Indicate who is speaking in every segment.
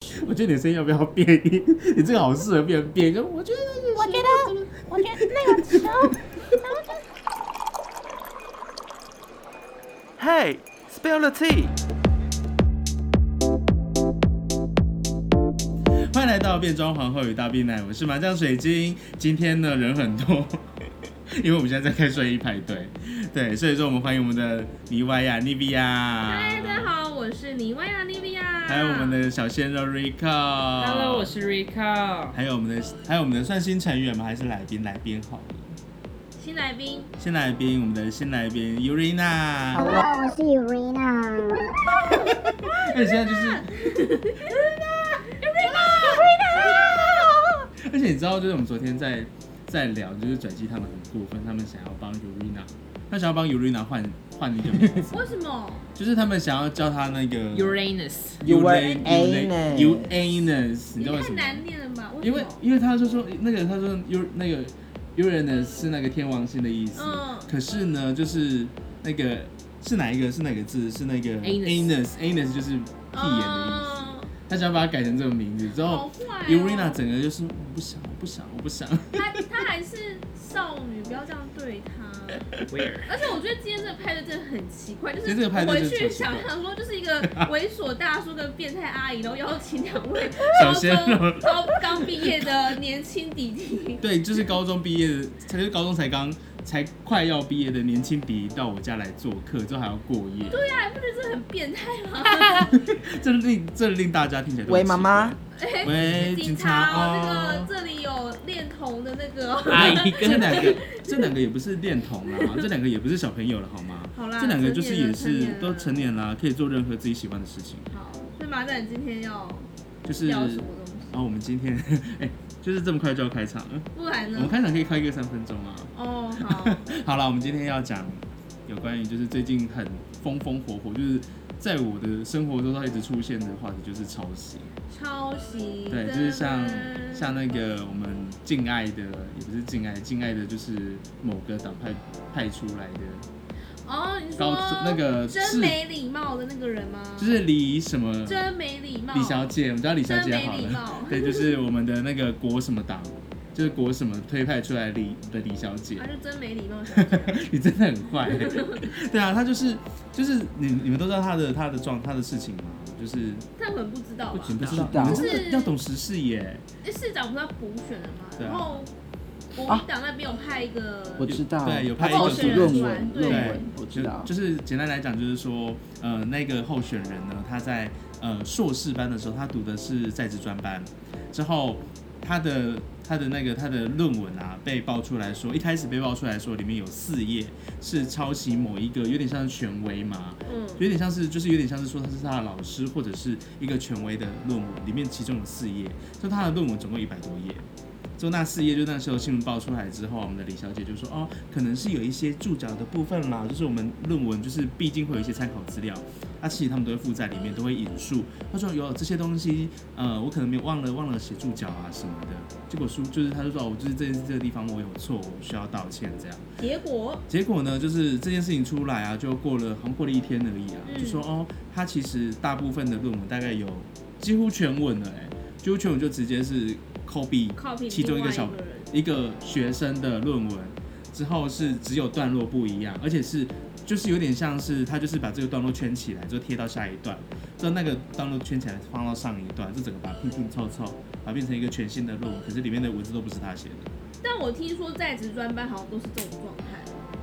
Speaker 1: 我觉得你的声音要不要变一点？ 你这个好适合变变一个。我觉得
Speaker 2: 我觉得，我觉得那个球，然后就
Speaker 3: Hey, spell the tea。
Speaker 1: 欢迎来到变装皇后与大冰奶，我是麻将水晶。今天呢人很多， 因为我们现在在开睡衣派对，对，所以说我们欢迎我们的尼歪呀、妮比呀，
Speaker 4: 嗨，大家，好，我是啊妮维亚妮维亚，
Speaker 1: 还有我们的小哦鲜肉 Rico。
Speaker 4: ，Hello，我是 Rico，
Speaker 1: 还有我们的，还有我们的算新成员吗？还是来宾？来宾好了，
Speaker 4: 新来宾，
Speaker 1: 新来宾，我们的新来宾 Urina。
Speaker 4: 啊
Speaker 2: 我是 Urina。
Speaker 1: 而且哎现在就是，而且你知道，就是我们昨天在在聊，就是转机他们很过分，他们想要帮 Urina，他想要帮 Urina 换换一个名字，
Speaker 4: 为什么
Speaker 1: 就是他们想要叫他那个
Speaker 4: Uranus？
Speaker 1: Urana- Uranus，你知
Speaker 4: 也
Speaker 1: 道为什
Speaker 4: 太
Speaker 1: 么吗？
Speaker 4: 难念了吧？
Speaker 1: 因为
Speaker 4: 什么
Speaker 1: 因为他就说那个他说 U 那个 Uranus 是那个天王星的意思，
Speaker 4: 嗯
Speaker 1: 可是呢就是那个是哪一个是哪个字是那个
Speaker 4: Anus
Speaker 1: anus 就是屁眼的意思，
Speaker 4: 哦
Speaker 1: 他想要把它改成这个名字之
Speaker 4: 好
Speaker 1: 后
Speaker 4: 坏哦
Speaker 1: Urina 整个就是我不想我不想我不想，
Speaker 4: 她她还是少女，不要这样对她。
Speaker 3: Where？
Speaker 4: 而且我觉得今天这个派对真的很奇怪，就
Speaker 1: 今天这
Speaker 4: 是
Speaker 1: 个派对
Speaker 4: 回
Speaker 1: 真的
Speaker 4: 去
Speaker 1: 超奇怪
Speaker 4: 想想说，就 是一个猥琐大叔跟变态阿姨，然后邀请两位
Speaker 1: 小
Speaker 4: 高
Speaker 1: 鲜肉
Speaker 4: 中高刚毕业的年轻弟弟，
Speaker 1: 对，就是高中毕业的，才就是高中才刚才快要毕业的年轻弟弟到我家来做客，之后还要过夜，
Speaker 4: 对呀、你不觉得这很变态吗？
Speaker 1: 这令这令大家听起来都
Speaker 3: 喂，
Speaker 1: 很奇
Speaker 3: 妈妈，
Speaker 1: 怪，喂，
Speaker 4: 哎警
Speaker 1: 警察
Speaker 4: 察哦，那
Speaker 1: 哦
Speaker 4: 个这里有恋童的那 个哦、
Speaker 1: 阿姨，这两个这两个也不是恋童啦， 这两个也不是小朋友了，好吗？
Speaker 4: 好啦
Speaker 1: 这两个就是也
Speaker 4: 成
Speaker 1: 是
Speaker 4: 年了
Speaker 1: 都成年啦，可以做任何自己喜欢的事情，
Speaker 4: 好，所以马仔今天要
Speaker 1: 就是。哦
Speaker 4: 聊什么东西？
Speaker 1: 然后、我们今天， 哎、就是这么快就要开场了，
Speaker 4: 不然
Speaker 1: 我们
Speaker 4: 呢？
Speaker 1: 开场可以开个三分钟啊。
Speaker 4: 哦，好，
Speaker 1: 好了，我们今天要讲有关于就是最近很风风火火，就是在我的生活中它一直出现的话题就是抄袭，
Speaker 4: 抄袭，
Speaker 1: 对，就是像像那个我们敬爱的也不是敬爱，敬爱的就是某个党派派出来的，
Speaker 4: 哦，你说
Speaker 1: 高那个是
Speaker 4: 真没礼貌的那个人吗？
Speaker 1: 就是李什么
Speaker 4: 真没礼貌，
Speaker 1: 李小姐，我们叫李小姐好
Speaker 4: 真没礼貌
Speaker 1: 了，对，就是我们的那个国什么党，就是国什么推派出来的李的李小姐
Speaker 4: 她，是真没礼貌小姐。
Speaker 1: 你真的很坏、对啊，他就是就是你你们都知道他的他的状他的事情吗？就是
Speaker 4: 但可能不知道吧？
Speaker 1: 你不知道，
Speaker 3: 知道
Speaker 1: 你们真
Speaker 4: 就是
Speaker 1: 的要懂时事耶。
Speaker 4: 哎市长不是要补选了吗？
Speaker 1: 对啊
Speaker 4: 然后国民党那边有派一个，
Speaker 3: 我知道，
Speaker 1: 对有
Speaker 3: 他
Speaker 1: 拍
Speaker 3: 做
Speaker 4: 一个
Speaker 3: 出
Speaker 4: 论
Speaker 3: 论
Speaker 4: 文
Speaker 3: 文，
Speaker 1: 对
Speaker 3: 论文，我知道
Speaker 1: 就，就是简单来讲，就是说，呃，那个候选人呢，他在呃硕士班的时候，他读的是在职专班，之后他的他的那个他的论文啊，被爆出来说，一开始被爆出来说，里面有四页是抄袭某一个，有点像是权威嘛，
Speaker 4: 嗯，
Speaker 1: 有点像是就是有点像是说他是他的老师或者是一个权威的论文，里面其中有四页，就他的论文总共一百多页。就那四页，就那时候新闻爆出来之后，我们的李小姐就说：“哦，可能是有一些注脚的部分啦，就是我们论文就是毕竟会有一些参考资料，啊，其实他们都会附在里面，都会引述。她说有这些东西，呃，我可能没有忘了忘了写注脚啊什么的。结果书就是她就说哦，我就是这这个地方我有错，我需要道歉这样。
Speaker 4: 结果
Speaker 1: 结果呢，就是这件事情出来啊，就过了好像过了一天而已啊，
Speaker 4: 嗯
Speaker 1: 就说哦，他其实大部分的论文大概有几乎全文了、欸，哎，几乎全文就直接是 copy
Speaker 4: 靠屁
Speaker 1: 其中一
Speaker 4: 另
Speaker 1: 个
Speaker 4: 外
Speaker 1: 小
Speaker 4: 人。
Speaker 1: 一个学生的论文，之后是只有段落不一样，而且是就是有点像是他就是把这个段落圈起来，就贴到下一段，之后那个段落圈起来放到上一段，就整个把它拼拼凑凑，把它变成一个全新的论文，可是里面的文字都不是他写的。
Speaker 4: 但我听说在职专班好像都是这种状态，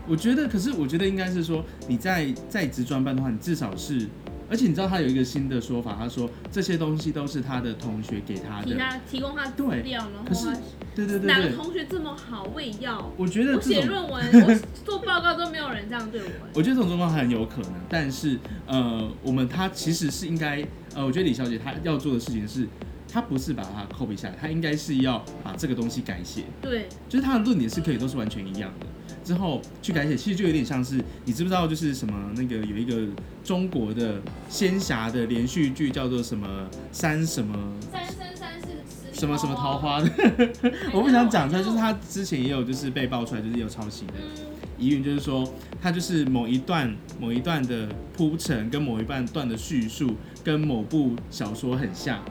Speaker 1: 我觉得，可是我觉得应该是说，你在在职专班的话，你至少是，而且你知道他有一个新的说法，他说这些东西都是他的同学给他的
Speaker 4: 提，他提供他资
Speaker 1: 啊对
Speaker 4: 料，然后
Speaker 1: 可是
Speaker 4: 他
Speaker 1: 对对对
Speaker 4: 哪个
Speaker 1: 对，
Speaker 4: 同学这么好，我也要。
Speaker 1: 我觉得
Speaker 4: 我
Speaker 1: 这
Speaker 4: 写
Speaker 1: 种，
Speaker 4: 论文， 我做报告都没有人这样对我。欸
Speaker 1: 我觉得这种状况很有可能，但是呃，我们他其实是应该，呃，我觉得李小姐她要做的事情是，她不是把它 copy 下来，她应该是要把这个东西改写，
Speaker 4: 对，
Speaker 1: 就是他的论点是可以都是完全一样的。之后去改写，其实就有点像是你知不知道，就是什么那个有一个中国的仙侠的连续剧叫做什么三什么
Speaker 4: 三生三世十里
Speaker 1: 什么什么桃
Speaker 4: 桃花。
Speaker 1: 花的， 我不想讲出来，就是他之前也有就是被爆出来，就是有抄袭的
Speaker 4: 嗯，
Speaker 1: 疑云，就是说他就是某一段某一段的铺陈跟某一半段的叙述跟某部小说很像，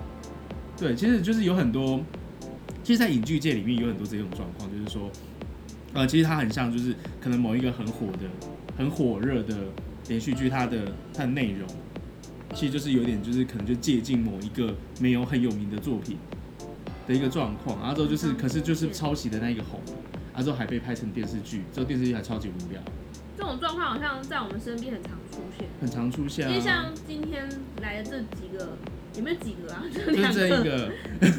Speaker 1: 对，其实就是有很多，其实，在影剧界里面有很多这种状况，就是说，呃，其实它很像，就是可能某一个很火的、很火热的连续剧，它的它的内容，其实就是有点就是可能就借鉴某一个没有很有名的作品的一个状况，然后之后就是，可是就是抄袭的那一个红，然后之后还被拍成电视剧，之后电视剧还超级无聊，
Speaker 4: 这种状况好像在我们身边很常出现，
Speaker 1: 很常出现、
Speaker 4: 因为
Speaker 1: 啊
Speaker 4: 像。今天来的这几个，有没有几个啊？ 就
Speaker 1: 就是
Speaker 4: 两
Speaker 1: 这一个，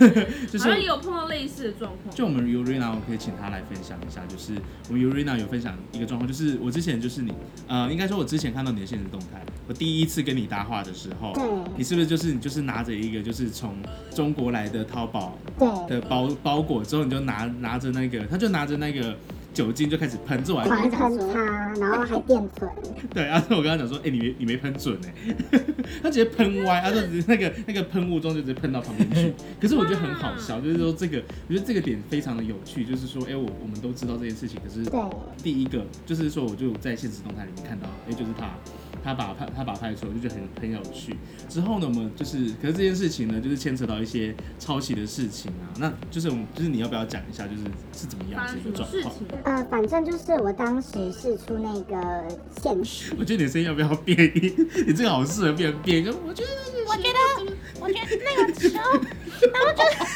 Speaker 1: 就
Speaker 4: 好像也
Speaker 1: 是
Speaker 4: 有碰到类似的状况。
Speaker 1: 就我们 Urina，我可以请他来分享一下，就是我们 Urina 有分享一个状况，就是我之前就是你，呃，应该说我之前看到你的现实动态，我第一次跟你搭话的时候，
Speaker 4: 嗯
Speaker 1: 你
Speaker 2: 对
Speaker 1: 是不是就是你就是拿着一个就是从中国来的淘宝
Speaker 2: 对，
Speaker 1: 的包包裹之后，你就拿拿着那个，他就拿着那个酒精就开始喷，这我还
Speaker 2: 狂喷他，然后还变粉，
Speaker 1: 对，然后我跟他讲说，哎、你没你没喷准哎、 他直接喷歪，他就直接那个那个喷雾装就直接喷到旁边去。可是我觉得很好笑，就是说这个，我觉得这个点非常的有趣，就是说，哎、我我们都知道这件事情，可是
Speaker 2: 对
Speaker 1: 第一个就是说，我就在现实动态里面看到，哎、就是他。他把拍他把拍出来，我就觉得很很有趣。之后呢，我们就是，可是这件事情呢，就是牵扯到一些抄袭的事情啊。那就是我们，就是你要不要讲一下，就是是怎么样
Speaker 4: 发
Speaker 1: 子
Speaker 4: 生
Speaker 1: 一个
Speaker 4: 什
Speaker 1: 状
Speaker 4: 么事
Speaker 1: 况？
Speaker 4: 情？
Speaker 2: 呃，反正就是我当时是出那个现实，
Speaker 1: 我觉得你的声音要不要变一点？ 你这个好适合变变，就我觉得
Speaker 2: 我觉得我觉得那个时候，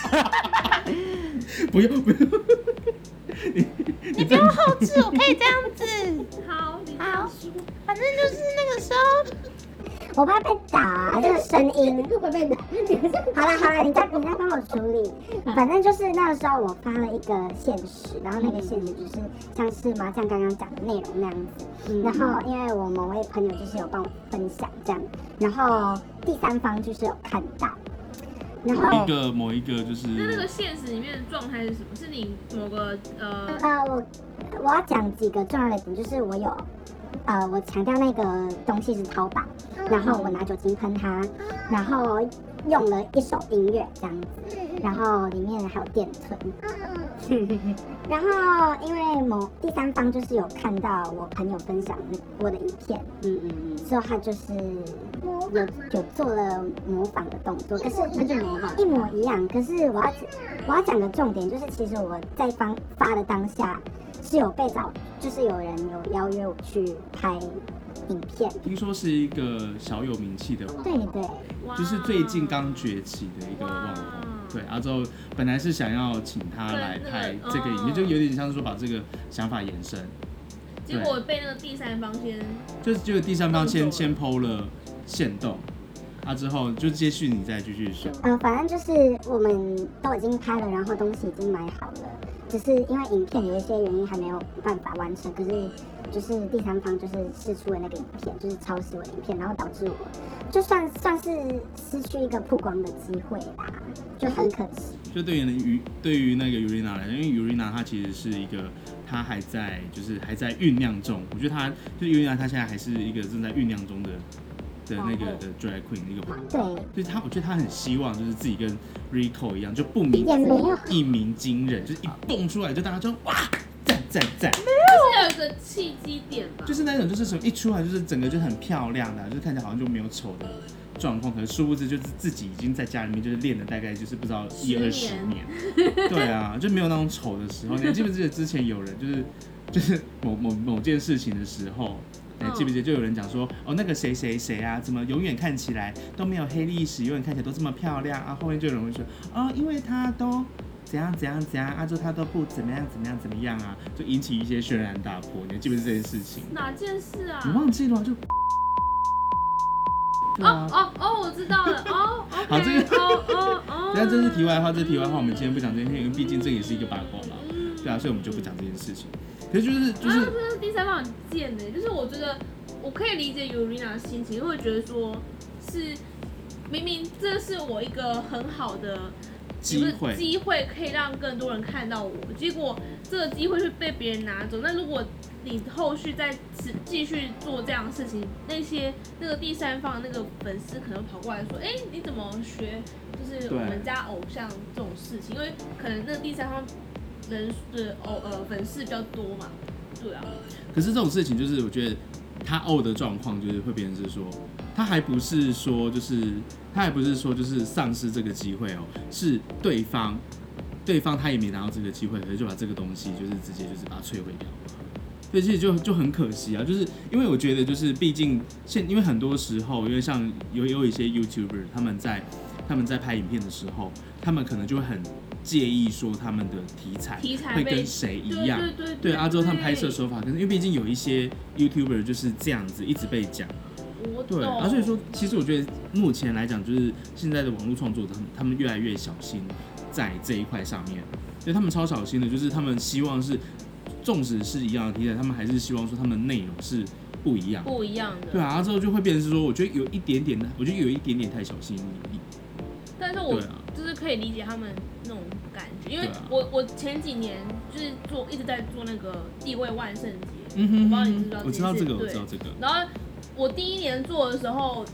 Speaker 1: 不用不用，
Speaker 2: 你不用后置，我可以这样子。
Speaker 4: 好，你这样说，
Speaker 2: 反正就是那个时候，我怕被打、啊，这个声音会被打。好了好了，你再你再帮我处理。反正就是那个时候，我发了一个现实，然后那个现实就是像是麻将刚刚讲的内容那样子。然后因为我某位朋友就是有帮我分享这样，然后第三方就是有看到，然后
Speaker 1: 一个某一个就
Speaker 4: 那那个
Speaker 1: 是
Speaker 4: 现实里面的状态是什么？是你某个呃
Speaker 2: 呃，我我要讲几个重要的点，就是我有，呃，我强调那个东西是淘宝，然后我拿酒精喷它，然后用了一首音乐这样子，然后里面还有电 臀，然后因为某第三方就是有看到我朋友分享那我的影片，嗯嗯嗯，之后他就是有有做了模仿的动作，可是他就模仿一模一样，可是我要我要讲的重点就是，其实我在方发的当下是有被找，就是有人有邀约我去拍影片，
Speaker 1: 听说是一个小有名气的网，
Speaker 2: 对对
Speaker 4: 哇
Speaker 1: 就是最近刚崛起的一个网红。对，然后之后本来是想要请他来拍这个影片，就有点像是说把这个想法延伸，
Speaker 4: 结果被那个第三方先
Speaker 1: 就是就第三方先先剖了线动，啊之后就接续你再继续说，
Speaker 2: 呃，反正就是我们都已经拍了，然后东西已经买好了，只是因为影片有一些原因还没有办法完成，可是就是第三方就是试出了那个影片，就是抄袭我的影片，然后导致我就算算是失去一个曝光的机会啦，就很可惜。
Speaker 1: 就对于于对于那个 Urina 来讲，因为 Urina 她其实是一个，她还在就是还在酝酿中。我觉得她就是 Urina，她现在还是一个正在酝酿中的的那个的 drag queen 一个朋友。就是
Speaker 2: 对，
Speaker 1: 她，我觉得她很希望就是自己跟 Rico 一样，就不鸣
Speaker 2: 也没有
Speaker 1: 一鸣惊人，就是一蹦出来就大家就哇赞赞赞，
Speaker 4: 就是有一个契机点吧，
Speaker 1: 就是那种就是什么一出来就是整个就很漂亮的、啊就是看起来好像就没有丑的。状况，可是殊不知就是自己已经在家里面就是练了大概就是不知道一
Speaker 4: 十
Speaker 1: 二十
Speaker 4: 年
Speaker 1: 年，对啊，就没有那种丑的时候。你还记不记得之前有人就是 就是某某某件事情的时候，你还记不记得就有人讲说哦那个谁谁谁啊，怎么永远看起来都没有黑历史，永远看起来都这么漂亮啊？后面就有人会说哦，因为他都。怎样怎样怎样啊？就他都不怎么样怎么样怎么样啊，就引起一些轩然大波。你还记不记得这件事情？
Speaker 4: 哪件事啊？
Speaker 1: 你忘记了吗就？对啊
Speaker 4: 哦，哦哦，我知道了， 哦，OK，
Speaker 1: 好这个
Speaker 4: 哦哦哦，
Speaker 1: 但这是题外话，这是题外话，我们今天不讲这件事情，因为毕竟这也是一个八卦嘛，对啊，所以我们就不讲这件事情。可是就是就
Speaker 4: 啊，
Speaker 1: 是
Speaker 4: 这嗯是第三方很贱呢，就是我觉得我可以理解 Urina 的心情，因为我觉得说是明明这是我一个很好的
Speaker 1: 机会，
Speaker 4: 机会可以让更多人看到我，结果这个机会是被别人拿走。那如果你后续再持继续做这样的事情，那些那个第三方那个粉丝可能跑过来说，哎、你怎么学就是
Speaker 1: 对
Speaker 4: 我们家偶像这种事情？因为可能那个第三方人的偶呃粉丝比较多嘛，对啊，
Speaker 1: 可是这种事情就是我觉得他呕的状况就是会变成是说，他还不是说就是他还不是说就是丧失这个机会哦，是对方对方他也没拿到这个机会，可是就把这个东西就是直接就是把它摧毁掉了。所以其实就就很可惜啊，就是因为我觉得就是毕竟现因为很多时候，因为像有有一些 YouTuber 他们在他们在拍影片的时候，他们可能就会很介意说他们的题材
Speaker 4: 题材
Speaker 1: 会
Speaker 4: 被
Speaker 1: 跟谁一
Speaker 4: 对
Speaker 1: 样，
Speaker 4: 对对
Speaker 1: 对啊阿周他们拍摄手法，可能因为毕竟有一些 YouTuber 就是这样子一直被讲，
Speaker 4: 我懂。
Speaker 1: 对，啊，所以说其实我觉得目前来讲，就是现在的网络创作者，他们他们越来越小心在这一块上面，因为他们超小心的，就是他们希望是，纵使是一样的题材，他们还是希望说他们内容是不一样的。
Speaker 4: 不一样的。
Speaker 1: 对啊，之后就会变成是说，我觉得有一点点的，我觉得有一点点太小心翼翼。
Speaker 4: 但是我
Speaker 1: 对啊，
Speaker 4: 就是可以理解他们那种感觉，因为
Speaker 1: 对啊
Speaker 4: 我我前几年就是做一直在做那个地位万圣节，
Speaker 1: 嗯哼
Speaker 4: 我不知道你
Speaker 1: 我知道这
Speaker 4: 知不知道
Speaker 1: 个，我
Speaker 4: 这件
Speaker 1: 知
Speaker 4: 事
Speaker 1: 道这个。
Speaker 4: 然后我第一年做的时候。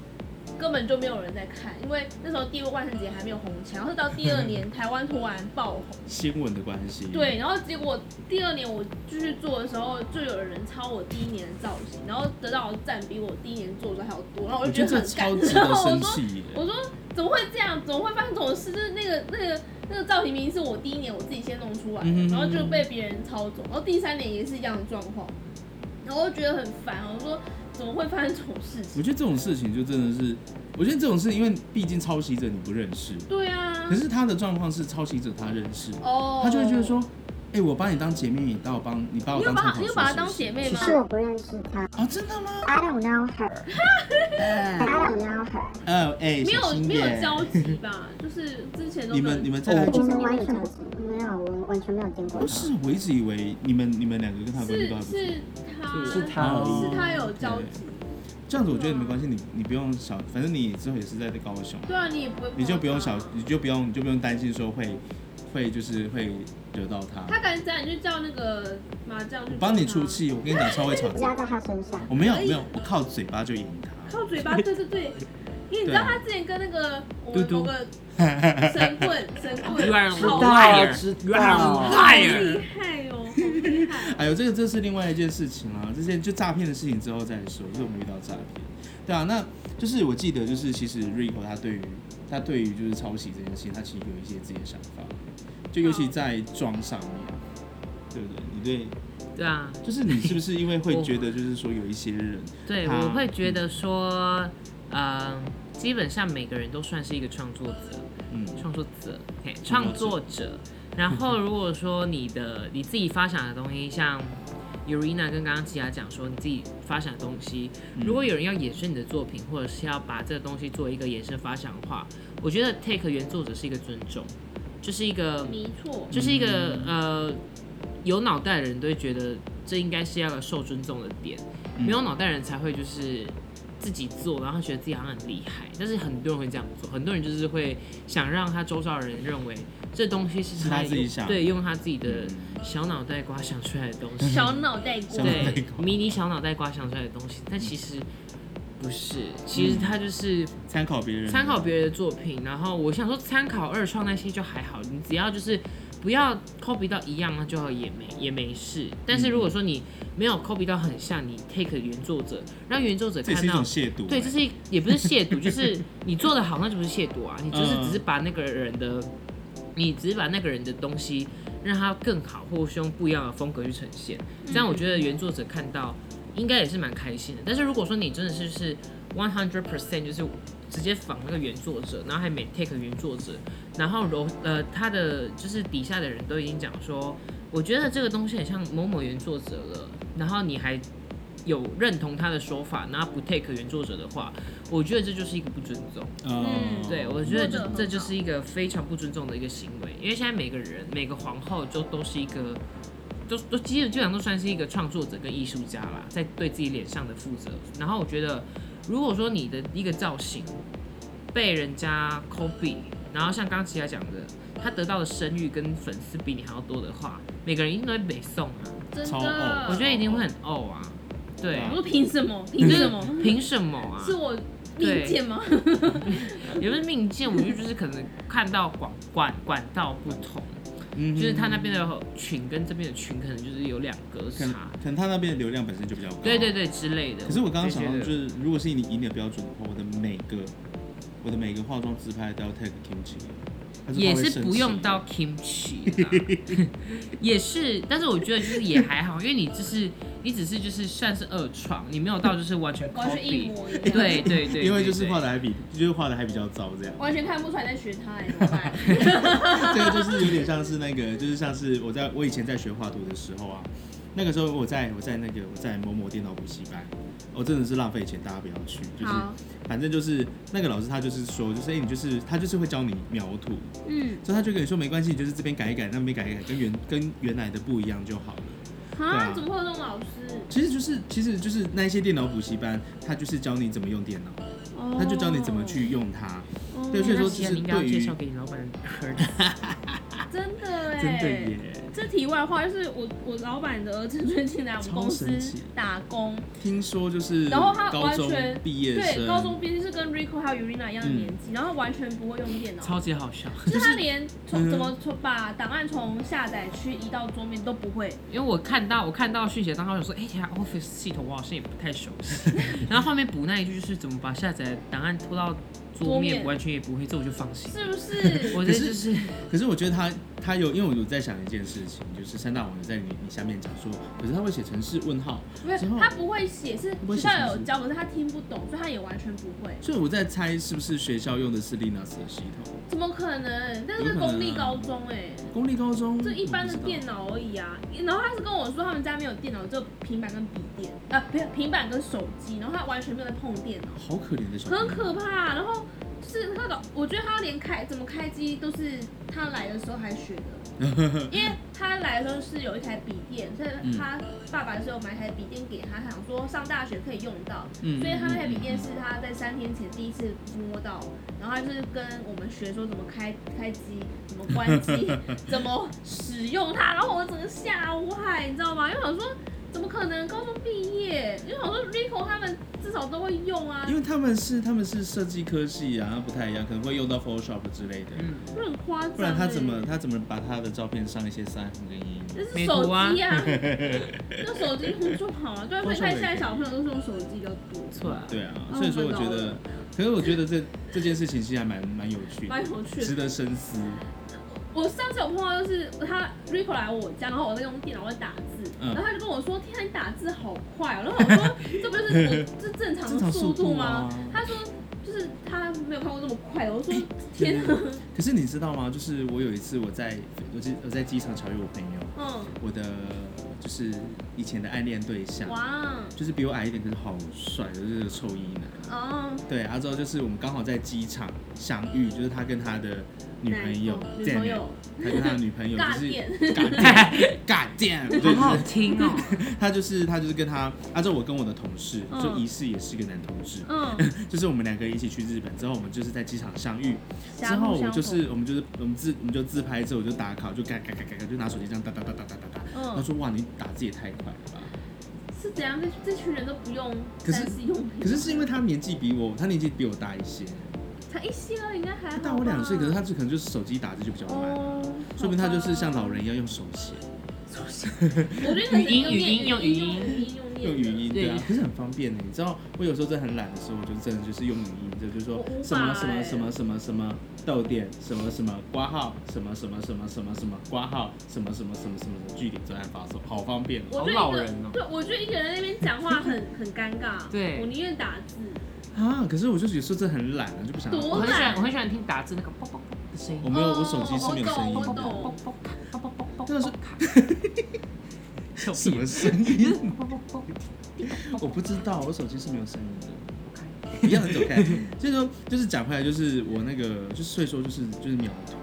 Speaker 4: 根本就没有人在看，因为那时候地位万圣节还没有红起来，然后是到第二年台湾突然爆红，
Speaker 1: 新闻的关系。
Speaker 4: 对，然后结果第二年我继续做的时候，就有人抄我第一年的造型，然后得到的赞比我第一年做的还要多，然后我
Speaker 1: 我
Speaker 4: 就
Speaker 1: 觉
Speaker 4: 觉
Speaker 1: 得这超
Speaker 4: 很感
Speaker 1: 值
Speaker 4: 动。 然
Speaker 1: 得
Speaker 4: 后 我
Speaker 1: 生
Speaker 4: 说
Speaker 1: 气耶。
Speaker 4: 我说怎么会这样？怎么会发生这种事？就是那个那个那个造型明明是我第一年我自己先弄出来的，
Speaker 1: 嗯哼
Speaker 4: 然后就被别人操纵，然后第三年也是一样的状况，然后我就觉得很烦。我说怎么会发生这种事
Speaker 1: 我
Speaker 4: 情？
Speaker 1: 觉得这种事情就真的是，我觉得这种事，因为毕竟抄袭者你不认识，
Speaker 4: 对啊
Speaker 1: 可，是他的状况是抄袭者他认识，
Speaker 4: 哦，
Speaker 1: 他就会觉得说，哎、我把你当姐妹，你把我帮你把我
Speaker 4: 你
Speaker 1: 当
Speaker 4: 有把
Speaker 1: 参
Speaker 4: 她
Speaker 1: 考
Speaker 4: 你有把她当姐妹
Speaker 2: 只
Speaker 4: 吗？
Speaker 2: 是我不认识他
Speaker 1: 啊，真的吗？
Speaker 2: ，I don't know her, I
Speaker 1: 哎
Speaker 2: don't know her。
Speaker 1: 哦哎，
Speaker 4: 没有
Speaker 1: 小心
Speaker 4: 没有
Speaker 1: 点
Speaker 4: 交集吧？就是之前都
Speaker 1: 你
Speaker 4: 没有
Speaker 1: 们你们在
Speaker 2: 我
Speaker 1: 来
Speaker 2: 跟
Speaker 1: 就是
Speaker 2: 他完全没有，我完全没有见过
Speaker 1: 不
Speaker 2: 他。
Speaker 1: 是，我一直以为你们你们两个跟他关系都还
Speaker 4: 是
Speaker 1: 不错，
Speaker 4: 是他
Speaker 3: 是他而已
Speaker 4: 是他有交集，
Speaker 1: 这样子我觉得你没关系，你你不用小，反正你之后也是在高雄，
Speaker 4: 对啊，你也不会碰到他，
Speaker 1: 你就不用小，你就不用你就不用担心说会会就是会惹到他，
Speaker 4: 他敢这样，你就叫那个麻将去
Speaker 1: 我帮你
Speaker 4: 碰
Speaker 1: 出
Speaker 4: 他
Speaker 1: 气，我跟你讲超会吵
Speaker 2: 不
Speaker 1: 架。
Speaker 2: 加在他身上，
Speaker 1: 我没有没有，我靠嘴巴就赢他。
Speaker 4: 靠嘴巴，对对对。因为你知道他之前跟那个我们某个神棍神棍
Speaker 5: You are
Speaker 4: 好
Speaker 1: 啊
Speaker 5: liar.
Speaker 3: 知
Speaker 5: You are
Speaker 3: 道
Speaker 5: liar.
Speaker 4: 厉害哦，好厉害！
Speaker 1: 哎呦，这个这是另外一件事情啦、这件就诈骗的事情之后再说，就是我们遇到诈骗。对啊，那就是我记得就是其实 Rico 他对于他对于就是抄袭这件事情，他其实有一些自己的想法，就尤
Speaker 5: 嗯
Speaker 1: 其在妆上面，对不对？你 对，
Speaker 5: 对啊，
Speaker 1: 就是你是不是因为会觉得就是说有一些人，
Speaker 5: 对，
Speaker 1: 他
Speaker 5: 我会觉得说，呃，基本上每个人都算是一个创作者，
Speaker 1: 嗯，
Speaker 5: 创作者，嘿
Speaker 1: 创
Speaker 5: 创
Speaker 1: 作
Speaker 5: 作者。然后如果说你的你自己发想的东西，像 Urina 跟刚刚琪雅讲说，你自己发想的东西，如果有人要衍生你的作品，或者是要把这个东西做一个衍生发想的话，我觉得 take 原作者是一个尊重，就是一个
Speaker 4: 没错，
Speaker 5: 就是一个呃，有脑袋的人都会觉得这应该是要受尊重的点，
Speaker 1: 嗯
Speaker 5: 没有脑袋的人才会就是自己做，然后觉得自己好像很厉害。但是很多人会这样做，很多人就是会想让他周遭的人认为这东西是
Speaker 1: 是他
Speaker 5: 他
Speaker 1: 自己
Speaker 5: 用
Speaker 1: 想的
Speaker 5: 对，用他自己的
Speaker 1: 嗯
Speaker 5: 小脑袋瓜想出来的东西，
Speaker 4: 小脑袋瓜
Speaker 1: 小，脑袋
Speaker 5: 对
Speaker 1: 瓜，
Speaker 5: 迷你小脑袋瓜想出来的东西，但其实。不是，其
Speaker 1: 嗯
Speaker 5: 实他就是
Speaker 1: 参考别人，
Speaker 5: 参考别人的作品，然后我想说参考二创那些就还好，你只要就是不要 copy 到一样，那就也没也没事。但是如果说你没有 copy 到很像，你 take 原作者，让原作者
Speaker 1: 这也
Speaker 5: 看
Speaker 1: 是一
Speaker 5: 到
Speaker 1: 种，亵渎、欸
Speaker 5: 对，这是一也不是亵渎，就是你做的好，那就不是亵渎啊，你就是
Speaker 1: 嗯
Speaker 5: 只是把那个人的，你只是把那个人的东西让他更好，或是用不一样的风格去呈现。这样我觉得原作者看到应该也是蛮开心的。但是如果说你真的是是 one hundred percent 就是直接仿那个原作者，然后还没 take 原作者，然后柔呃他的就是底下的人都已经讲说，我觉得这个东西很像某某原作者了，然后你还。有认同他的说法，然后不 take 原作者的话，我觉得这就是一个不尊重。
Speaker 1: 嗯，
Speaker 5: 对，我觉
Speaker 4: 说
Speaker 5: 得
Speaker 4: 得
Speaker 5: 这
Speaker 4: 很
Speaker 5: 这
Speaker 4: 好
Speaker 5: 就是一个非常不尊重的一个行为，因为现在每个人每个皇后就都是一个，都都基本基本上都算是一个创作者跟艺术家啦，在对自己脸上的负责。然后我觉得，如果说你的一个造型被人家 copy，然后像刚刚琪雅讲的，他得到的声誉跟粉丝比你还要多的话，每个人一定都会北宋啊，
Speaker 4: 真
Speaker 1: 超傲
Speaker 4: 的，
Speaker 5: 我觉得一定
Speaker 4: 嗯
Speaker 5: 会很哦啊，对，
Speaker 4: 我说凭什么？凭什么？
Speaker 5: 凭什么啊？
Speaker 4: 嗯是我命贱吗？
Speaker 5: 也不是命贱，我觉得就是可能看到管管管道不同，
Speaker 1: 嗯哼
Speaker 5: 就是他那边的群跟这边的群可能就是有两格
Speaker 1: 可能
Speaker 5: 差，
Speaker 1: 可能他那边的流量本身就比较高。
Speaker 5: 对对。对之类的。
Speaker 1: 可是我刚刚想到，
Speaker 5: 我
Speaker 1: 就
Speaker 5: 觉得
Speaker 1: 是如果是以你以你的标准的话，我的每个我的每个化妆自拍都要 tag Kimchi，他
Speaker 5: 也
Speaker 1: 怕会
Speaker 5: 是
Speaker 1: 生
Speaker 5: 不
Speaker 1: 气
Speaker 5: 用到 kimchi，啦也是，但是我觉得就是也还好，因为你就是你只是就是算是二创，你没有到就是完全
Speaker 4: 完全一
Speaker 5: copy，
Speaker 4: 模一样，
Speaker 5: 对，对对，
Speaker 1: 因为就是
Speaker 5: 对
Speaker 1: 画的还比就是画的还比较糟这样。
Speaker 4: 完全看不出来在学他 哎，怎么办？
Speaker 1: 这个就是有点像是那个，就是像是我在我以前在学画图的时候啊，那个时候我在我在那个我在某某电脑补习班，我、真的是浪费钱，大家不要去。就是
Speaker 4: 好，
Speaker 1: 反正就是那个老师他就是说，就是哎、你就是他就是会教你描图，
Speaker 4: 嗯，
Speaker 1: 所以他就跟你说没关系，你就是这边改一改，那边改一改，跟原跟原来的不一样就好了。
Speaker 4: 啊，怎么会有这种老师？
Speaker 1: 其实就是其实就是那一些电脑补习班，他就是教你怎么用电脑，他就教你怎么去用它。
Speaker 4: 哦，
Speaker 1: 对所以说
Speaker 5: 那
Speaker 1: 就
Speaker 5: 其实
Speaker 1: 是
Speaker 5: 你应该要
Speaker 1: 对于
Speaker 5: 介绍给你老板儿子，
Speaker 4: 真的哎，
Speaker 1: 真的耶，
Speaker 4: 这题外话就是我我老板的儿子最近来我们公司
Speaker 1: 超神奇
Speaker 4: 打工，
Speaker 1: 听说就是
Speaker 4: 然后他
Speaker 1: 高
Speaker 4: 完
Speaker 1: 中
Speaker 4: 全
Speaker 1: 毕业生，
Speaker 4: 对，高中毕竟是跟 Rico 还有 Urina 一样的年纪，然后完全不会用电脑，
Speaker 5: 超级好笑。
Speaker 4: 就是他连
Speaker 1: 嗯
Speaker 4: 从怎么从把档案从下载区移到桌面都不会，
Speaker 5: 因为我看到我看到讯息当中，我想说，哎、呀，Office 系统我好像也不太熟 悉。然后后面补那一句就是怎么把下载档案拖到桌
Speaker 4: 桌
Speaker 5: 面，
Speaker 4: 面
Speaker 5: 完全也不会，这我就放心。
Speaker 4: 是不是？
Speaker 5: 我
Speaker 1: 可
Speaker 5: 这
Speaker 1: 是
Speaker 5: 就是
Speaker 1: 可是我觉得他他有，因为我有在想一件事情，就是三大网友在你你下面讲说，可是他会写成是问号，
Speaker 4: 不是
Speaker 1: 之后，
Speaker 4: 他不会写，是
Speaker 1: 不会
Speaker 4: 学
Speaker 1: 写
Speaker 4: 校
Speaker 1: 是
Speaker 4: 有
Speaker 1: 不是
Speaker 4: 教，可是他听不懂，所以他也完全不会。
Speaker 1: 所以我在猜是不是学校用的是 Linux 的系统，
Speaker 4: 怎么可能？那
Speaker 1: 有
Speaker 4: 是
Speaker 1: 可能啊
Speaker 4: 公立高中哎、
Speaker 1: 公立高中
Speaker 4: 就一般的
Speaker 1: 我不知道
Speaker 4: 电脑而已啊。然后他是跟我说他们家没有电脑，只有平板跟笔电，呃，平平板跟手机，然后他完全没有在碰电脑，
Speaker 1: 好可怜的小朋友
Speaker 4: 很可怕。然后就是那个，我觉得他连开怎么开机都是他来的时候还学的，因为他来的时候是有一台笔电，所以他爸爸是有买一台笔电给他，他想说上大学可以用到，
Speaker 1: 嗯
Speaker 4: 所以他那台笔电是他在三天前第一次摸到，然后他就是跟我们学说怎么开开机、怎么关机、怎么使用它，然后我整个吓坏，你知道吗？因为我想说怎么可能高中毕业？因为我想说 Rico 他们至少都会用啊，
Speaker 1: 因为他们是他们是设计科系啊，不太一样，可能会用到 Photoshop 之类的，
Speaker 5: 嗯，
Speaker 4: 不然很夸张、欸。
Speaker 1: 不然他怎么？他怎么把他的照片上一些腮红跟阴
Speaker 4: 那
Speaker 1: 影？
Speaker 4: 是手 机啊，那手机用就好了。对啊，所以看现在小朋友都是用手机比较多，
Speaker 5: 错啊，
Speaker 1: 对啊，
Speaker 4: 哦
Speaker 1: 所以说我
Speaker 4: 我
Speaker 1: 觉
Speaker 4: 懂
Speaker 1: 得
Speaker 4: 了，
Speaker 1: 可是我觉得这这件事情其实还蛮蛮有趣的，
Speaker 4: 蛮有趣的
Speaker 1: 值得深思。
Speaker 4: 我上次有碰到，就是他 Rico 来我家，然后我在用电脑在打字，
Speaker 1: 嗯
Speaker 4: 然后他就跟我说：“天啊，你打字好快哦！”然后我说：“ 这不就是我这正常
Speaker 1: 正
Speaker 4: 的
Speaker 1: 常
Speaker 4: 速
Speaker 1: 速
Speaker 4: 度
Speaker 1: 度
Speaker 4: 吗
Speaker 1: 啊？”
Speaker 4: 他说：“就是他没有看过这么快哦 的。”我说：“天啊，
Speaker 1: 可是你知道吗？就是我有一次我在我在我在机场巧遇我朋友，
Speaker 4: 嗯，
Speaker 1: 我的就是以前的暗恋对象，
Speaker 4: 哇，
Speaker 1: 就是比我矮一点，可是好帅，就是个臭衣男。
Speaker 4: 哦，
Speaker 1: 对，然后之后就是我们刚好在机场相遇，就是他跟他的女朋友
Speaker 4: 哪，一嗯哦个女
Speaker 1: 见
Speaker 4: 朋
Speaker 1: 面，
Speaker 4: 友
Speaker 1: 他跟他的女朋友就
Speaker 4: 尬
Speaker 1: 是
Speaker 4: 电，
Speaker 1: 尬电，尬 电，对，就
Speaker 5: 好好
Speaker 1: 是
Speaker 5: 听哦、
Speaker 1: 他就是他就是跟他，啊，之后我跟我的同事，
Speaker 4: 嗯
Speaker 1: 就疑似也是个男同志，
Speaker 4: 嗯，
Speaker 1: 就是我们两个一起去日本之后，我们就是在机场相遇， 之
Speaker 4: 相
Speaker 1: 后
Speaker 4: 互
Speaker 1: 我
Speaker 4: 相
Speaker 1: 就
Speaker 4: 逢，
Speaker 1: 是我们就是我们自我们就自拍之后我就打卡，我就嘎嘎嘎嘎嘎，就拿手机这样哒哒哒哒哒哒哒。他
Speaker 4: 嗯，
Speaker 1: 说哇，你打字也太快了吧！
Speaker 4: 是怎样？这这群人都不用
Speaker 1: 可是
Speaker 4: 三 C 用品，
Speaker 1: 可是是因为他年纪比我，他年纪比我大一些，
Speaker 4: 才一些而已，应该还
Speaker 1: 他
Speaker 4: 好
Speaker 1: 大我两岁，
Speaker 4: 吧
Speaker 1: 可是他就可能就是手机打字就比较慢，
Speaker 4: 啊哦，
Speaker 1: 说明他就是像
Speaker 4: 好吧
Speaker 1: 老人一样用手写，
Speaker 4: 我觉得可能
Speaker 5: 语音
Speaker 4: 用
Speaker 5: 语音
Speaker 4: 念
Speaker 5: 用
Speaker 4: 语
Speaker 5: 语
Speaker 4: 音
Speaker 5: 音
Speaker 4: 用念
Speaker 1: 用语音
Speaker 5: 对
Speaker 1: 对啊，可是很方便的。你知道我有时候真的很懒的时候，我就真的就是用语音，就就
Speaker 4: 我
Speaker 1: 说
Speaker 4: 无法
Speaker 1: 什么什么什
Speaker 4: 欸
Speaker 1: 么什么什么逗点什么什么挂号什么什么什么什么什么挂号什么什么什么什么什么据点正按发送，好方便哦。
Speaker 4: 我觉得一个
Speaker 5: 好老人哦
Speaker 4: 对，我觉得一个人在那边讲话很很尴尬。
Speaker 5: 对
Speaker 4: 我宁愿打字。
Speaker 1: 啊！可是我就是有时候真的很懒啊，就不想。
Speaker 5: 我
Speaker 4: 多
Speaker 5: 很喜欢我很喜欢听打字那个啵啵啵的声音
Speaker 1: 我。没有，我手机是没有声音
Speaker 4: 哦我懂
Speaker 1: 的。
Speaker 5: 啵啵咔啵啵啵啵
Speaker 1: 真的是
Speaker 5: 啵咔臭
Speaker 1: 什
Speaker 5: 屁
Speaker 1: 么声音？
Speaker 5: 啵啵啵
Speaker 1: 我不知道，我手机是没有声音的。一样的走开。所以说，就是讲回来，就是我那个，就是所以说就是就是秒图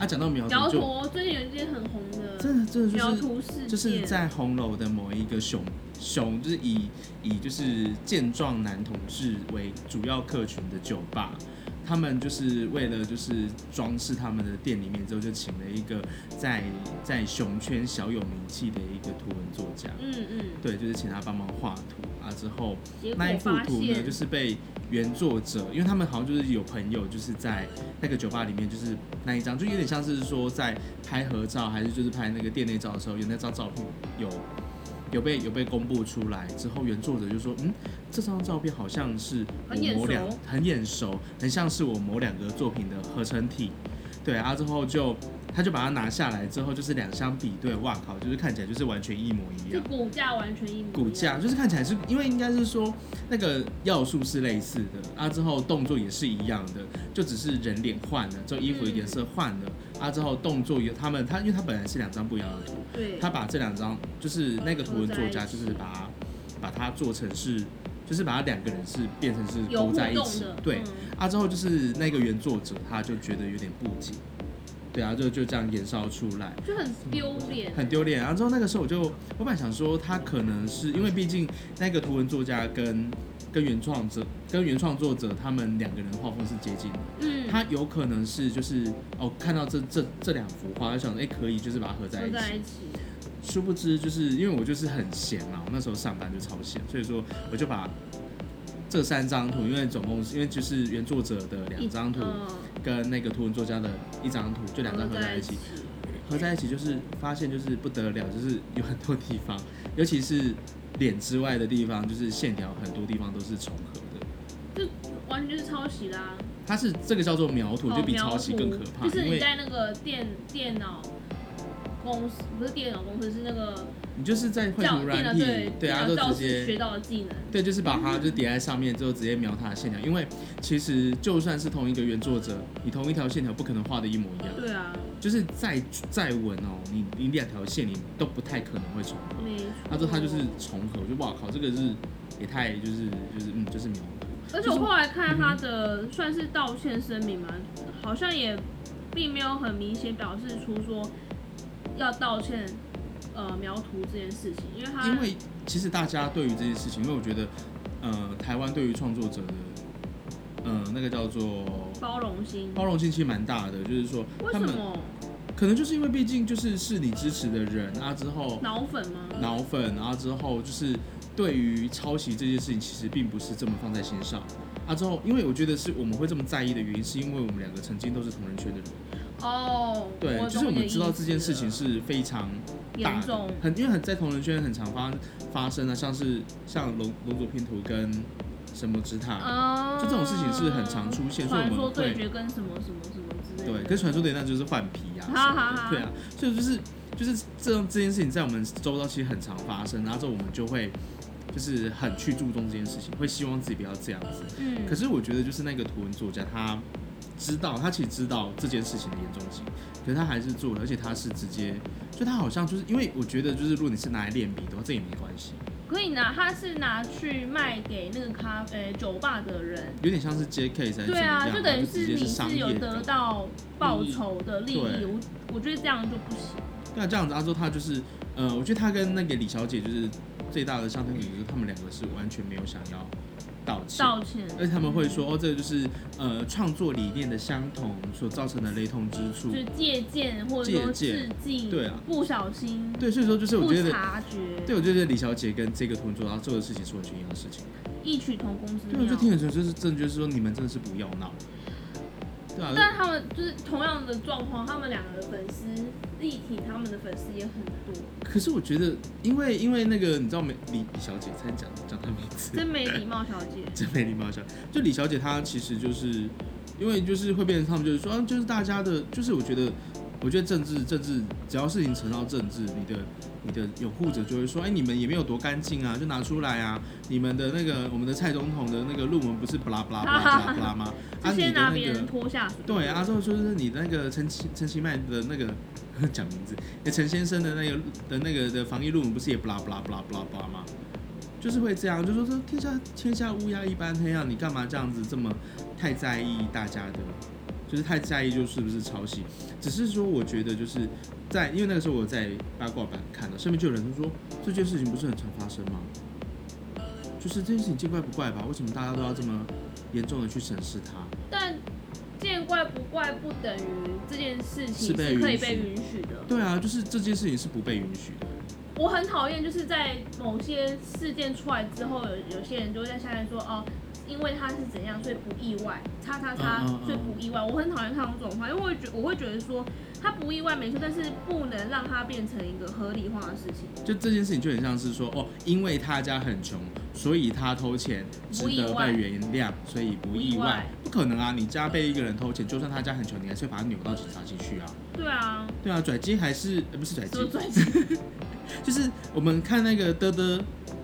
Speaker 1: 啊，讲到秒
Speaker 4: 苗
Speaker 1: 图就
Speaker 4: 驼最近有一件很红的，
Speaker 1: 真的真的
Speaker 4: 苗
Speaker 1: 就是
Speaker 4: 图嗯事件，
Speaker 1: 就是在红楼的某一个熊熊，就是以以就是健壮男同志为主要客群的酒吧。他们就是为了就是装饰他们的店里面之后，就请了一个在在熊圈小有名气的一个图文作家，
Speaker 4: 嗯嗯，
Speaker 1: 对，就是请他帮忙画图啊。之后
Speaker 4: 结果
Speaker 1: 那一幅
Speaker 4: 发
Speaker 1: 图呢，
Speaker 4: 现
Speaker 1: 就是被原作者，因为他们好像就是有朋友，就是在那个酒吧里面，就是那一张，就有点像是说在拍合照，还是就是拍那个店内照的时候，有那张照片有有被有被公布出来之后，原作者就说，嗯，这张照片好像是我
Speaker 4: 很眼
Speaker 1: 某两
Speaker 4: 熟
Speaker 1: 很眼熟，很像是我某两个作品的合成体。对啊，之后就他就把它拿下来之后，就是两相比对，哇靠，就是看起来就是完全一模一
Speaker 4: 这
Speaker 1: 样。
Speaker 4: 骨架完全一模一样
Speaker 1: 骨架，就是看起来是因为应该是说那个要素是类似的啊，之后动作也是一样的，就只是人脸换了，就衣服的颜色换了、啊，之后动作也他们他因为他本来是两张不一样的图，
Speaker 4: 对，
Speaker 1: 他把这两张就是那个图文作家
Speaker 4: 合在一
Speaker 1: 就
Speaker 4: 起
Speaker 1: 是把它把它做成是，就是把它两个人是变成是
Speaker 4: 有
Speaker 1: 勾
Speaker 4: 互
Speaker 1: 在一
Speaker 4: 动
Speaker 1: 起
Speaker 4: 的，，
Speaker 1: 对，
Speaker 4: 嗯
Speaker 1: 啊，之后就是那个原作者他就觉得有点不解，对啊，就就这样延烧出来。
Speaker 4: 就很丢脸，
Speaker 1: 很丢脸。然后之后那个时候我就，我本来想说他可能是因为毕竟那个图文作家跟跟原创者跟原创作者他们两个人的画风是接近的，
Speaker 4: 嗯，
Speaker 1: 他有可能是就是哦看到这这这两幅画，他想说哎、可以就是把它合在
Speaker 4: 合
Speaker 1: 一
Speaker 4: 在一
Speaker 1: 起。
Speaker 4: 起，
Speaker 1: 殊不知就是因为我就是很闲嘛，我那时候上班就超闲，所以说我就把。这三张图，因为总共是因为就是原作者的两张图
Speaker 4: 嗯
Speaker 1: 跟那个图文作家的一张图，就两张合在一起，，合在一起就是发现就是不得了，就是有很多地方，尤其是脸之外的地方，就是线条很多地方都是重合的。
Speaker 4: 就完全就是抄袭啦。
Speaker 1: 它是这个叫做描图，就比抄袭更可怕，
Speaker 4: 哦就是
Speaker 1: 因
Speaker 4: 你
Speaker 1: 为
Speaker 4: 在那个电电脑公司，不是电脑公司，是那个
Speaker 1: 你就是在绘
Speaker 4: 教
Speaker 1: 图
Speaker 4: 电脑
Speaker 1: 软体
Speaker 4: 对，
Speaker 1: 对啊，
Speaker 4: 电
Speaker 1: 就
Speaker 4: 脑教
Speaker 1: 直
Speaker 4: 室学
Speaker 1: 接。
Speaker 4: 到的技能。
Speaker 1: 对，就是把它就叠在上面之后，直接描它的线条。因为其实就算是同一个原作者，你同一条线条不可能画的一模一样，
Speaker 4: 对啊，
Speaker 1: 就是再再稳哦，你你两条线你都不太可能会重合。
Speaker 4: 没错。
Speaker 1: 他说他就是重合，我就哇靠，这个是也太就是就是嗯就是嗯描图，
Speaker 4: 而且我后来看他的算是道歉声明嘛，好像也并没有很明显表示出说要道歉，呃，描图这件事情，因为他
Speaker 1: 因为其实大家对于这件事情，因为我觉得呃台湾对于创作者的呃那个叫做
Speaker 4: 包容心，
Speaker 1: 包容性其实蛮大的，就是说
Speaker 4: 为
Speaker 1: 他
Speaker 4: 什
Speaker 1: 们
Speaker 4: 么
Speaker 1: 可能就是因为毕竟就是是你支持的人啊之后
Speaker 4: 脑粉吗？
Speaker 1: 脑粉，然后之后就是对于抄袭这件事情，其实并不是这么放在心上。啊，之后，因为我觉得是我们会这么在意的原因，是因为我们两个曾经都是同人圈的人，
Speaker 4: 哦，
Speaker 1: 对，
Speaker 4: 懂
Speaker 1: 就是我
Speaker 4: 你的
Speaker 1: 们知道
Speaker 4: 意思
Speaker 1: 这件事情
Speaker 4: 了
Speaker 1: 是非常大
Speaker 4: 严
Speaker 1: 的
Speaker 4: 重，
Speaker 1: 很因为很在同人圈很常发发生啊，像是像龙龙族拼图跟神魔之塔，
Speaker 4: 啊
Speaker 1: 就这种事情是很常出现所以我
Speaker 4: 传
Speaker 1: 们
Speaker 4: 说对
Speaker 1: 会
Speaker 4: 决跟什么什么什么之类的，
Speaker 1: 对，跟传说对那就是换皮啊什
Speaker 4: 哈
Speaker 1: 么
Speaker 4: 哈
Speaker 1: 的，
Speaker 4: 哈
Speaker 1: 对啊，所以就是就是这种这件事情在我们周遭其实很常发生，然后之后我们就会就是很去注重这件事情，会希望自己不要这样子。
Speaker 4: 嗯，
Speaker 1: 可是我觉得就是那个图文作家他知道，他其实知道这件事情的严重性，可是他还是做了，而且他是直接，就他好像就是因为我觉得就是如果你是拿来练笔的话，这也没关系，
Speaker 4: 可以拿，他是拿去卖给那个咖呃酒吧的人，
Speaker 1: 有点像是接 case 还是怎么
Speaker 4: 对
Speaker 1: 样啊，
Speaker 4: 啊，就等于
Speaker 1: 直
Speaker 4: 是
Speaker 1: 接
Speaker 4: 你
Speaker 1: 商
Speaker 4: 是有
Speaker 1: 业
Speaker 4: 得到报酬的利
Speaker 1: 利益
Speaker 4: 益，
Speaker 1: 对
Speaker 4: 我我觉得这样就不行，
Speaker 1: 那这样子，阿周他就是，呃，我觉得他跟那个李小姐就是最大的相同点就是他们两个是完全没有想要道歉，
Speaker 4: 道歉，
Speaker 1: 而且他们会说哦，这个就是呃创作理念的相同所造成的雷同之处
Speaker 4: 就。是借鉴或者
Speaker 1: 借
Speaker 4: 说致
Speaker 1: 鉴
Speaker 4: 敬，
Speaker 1: 对啊
Speaker 4: 不小心，
Speaker 1: 对，所以说就是我
Speaker 4: 不
Speaker 1: 觉得，
Speaker 4: 察觉，
Speaker 1: 对，我觉得李小姐跟这个图文作家做的事情是完全一样的事情。
Speaker 4: 异曲同工之
Speaker 1: 对，啊我就听得
Speaker 4: 妙。
Speaker 1: 出来就是真的就是说你们真的是不要闹。对啊，
Speaker 4: 但他们就是同样的状况，他们两个的粉丝力挺，他们的粉丝也很多，
Speaker 1: 可是我觉得，因为因为那个你知道没，李李小姐才讲讲她名字，
Speaker 4: 真没礼貌，小姐。
Speaker 1: 真没礼貌小。就李小姐她其实就是，因为就是会变成他们就是说，啊就是大家的，就是我觉得，我觉得政治政治，只要事情扯到政治，你的你的拥护者就会说，哎、你们也没有多干净啊，就拿出来啊，你们的那个我们的蔡总统的那个论文不是巴拉巴拉巴拉巴拉巴拉 吗？啊，
Speaker 4: 就
Speaker 1: 你
Speaker 4: 先
Speaker 1: 的
Speaker 4: 拿
Speaker 1: 那
Speaker 4: 别
Speaker 1: 个
Speaker 4: 人拖下水。
Speaker 1: 对，啊，之后就是你那个陈其陈其迈的那个 讲名字，那陈先生的那个的那个的防疫论文不是也不啦不啦不啦不啦不啦吗？就是会这样，就说这天下天下乌鸦一般黑啊，你干嘛这样子这么太在意大家的，就是太在意就是不是抄袭？只是说我觉得就是在因为那个时候我在八卦版看到，上面就有人就说这件事情不是很常发生吗？就是这件事情见怪不怪吧？为什么大家都要这么严重的去审视它？
Speaker 4: 但见怪不怪不等于这件事
Speaker 1: 是
Speaker 4: 情
Speaker 1: 被
Speaker 4: 是可以
Speaker 1: 允许
Speaker 4: 被允许的。
Speaker 1: 对啊，就是这件事情是不被允许的。
Speaker 4: 我很讨厌，就是在某些事件出来之后，有有些人就会在下面说哦，因为他是怎样，所以不意外，叉叉叉
Speaker 1: 嗯嗯嗯，
Speaker 4: 所以不意外。我很讨厌看到这种话，因为我觉我会觉得说他不意外没错，但是不能让它变成一个合理化的事情。
Speaker 1: 就这件事情就很像是说，哦，因为他家很穷，所以他偷钱值
Speaker 4: 不意
Speaker 1: 得
Speaker 4: 外
Speaker 1: 被原谅，所以不意
Speaker 4: 不意
Speaker 1: 外
Speaker 4: 外。
Speaker 1: 不可能啊，你家被一个人偷钱，就算他家很穷，你还是会把他扭到警察局去啊。
Speaker 4: 对啊，
Speaker 1: 对啊，拽鸡还是、呃、不是拽鸡
Speaker 4: 说，转机，
Speaker 1: 就是我们看那个的的，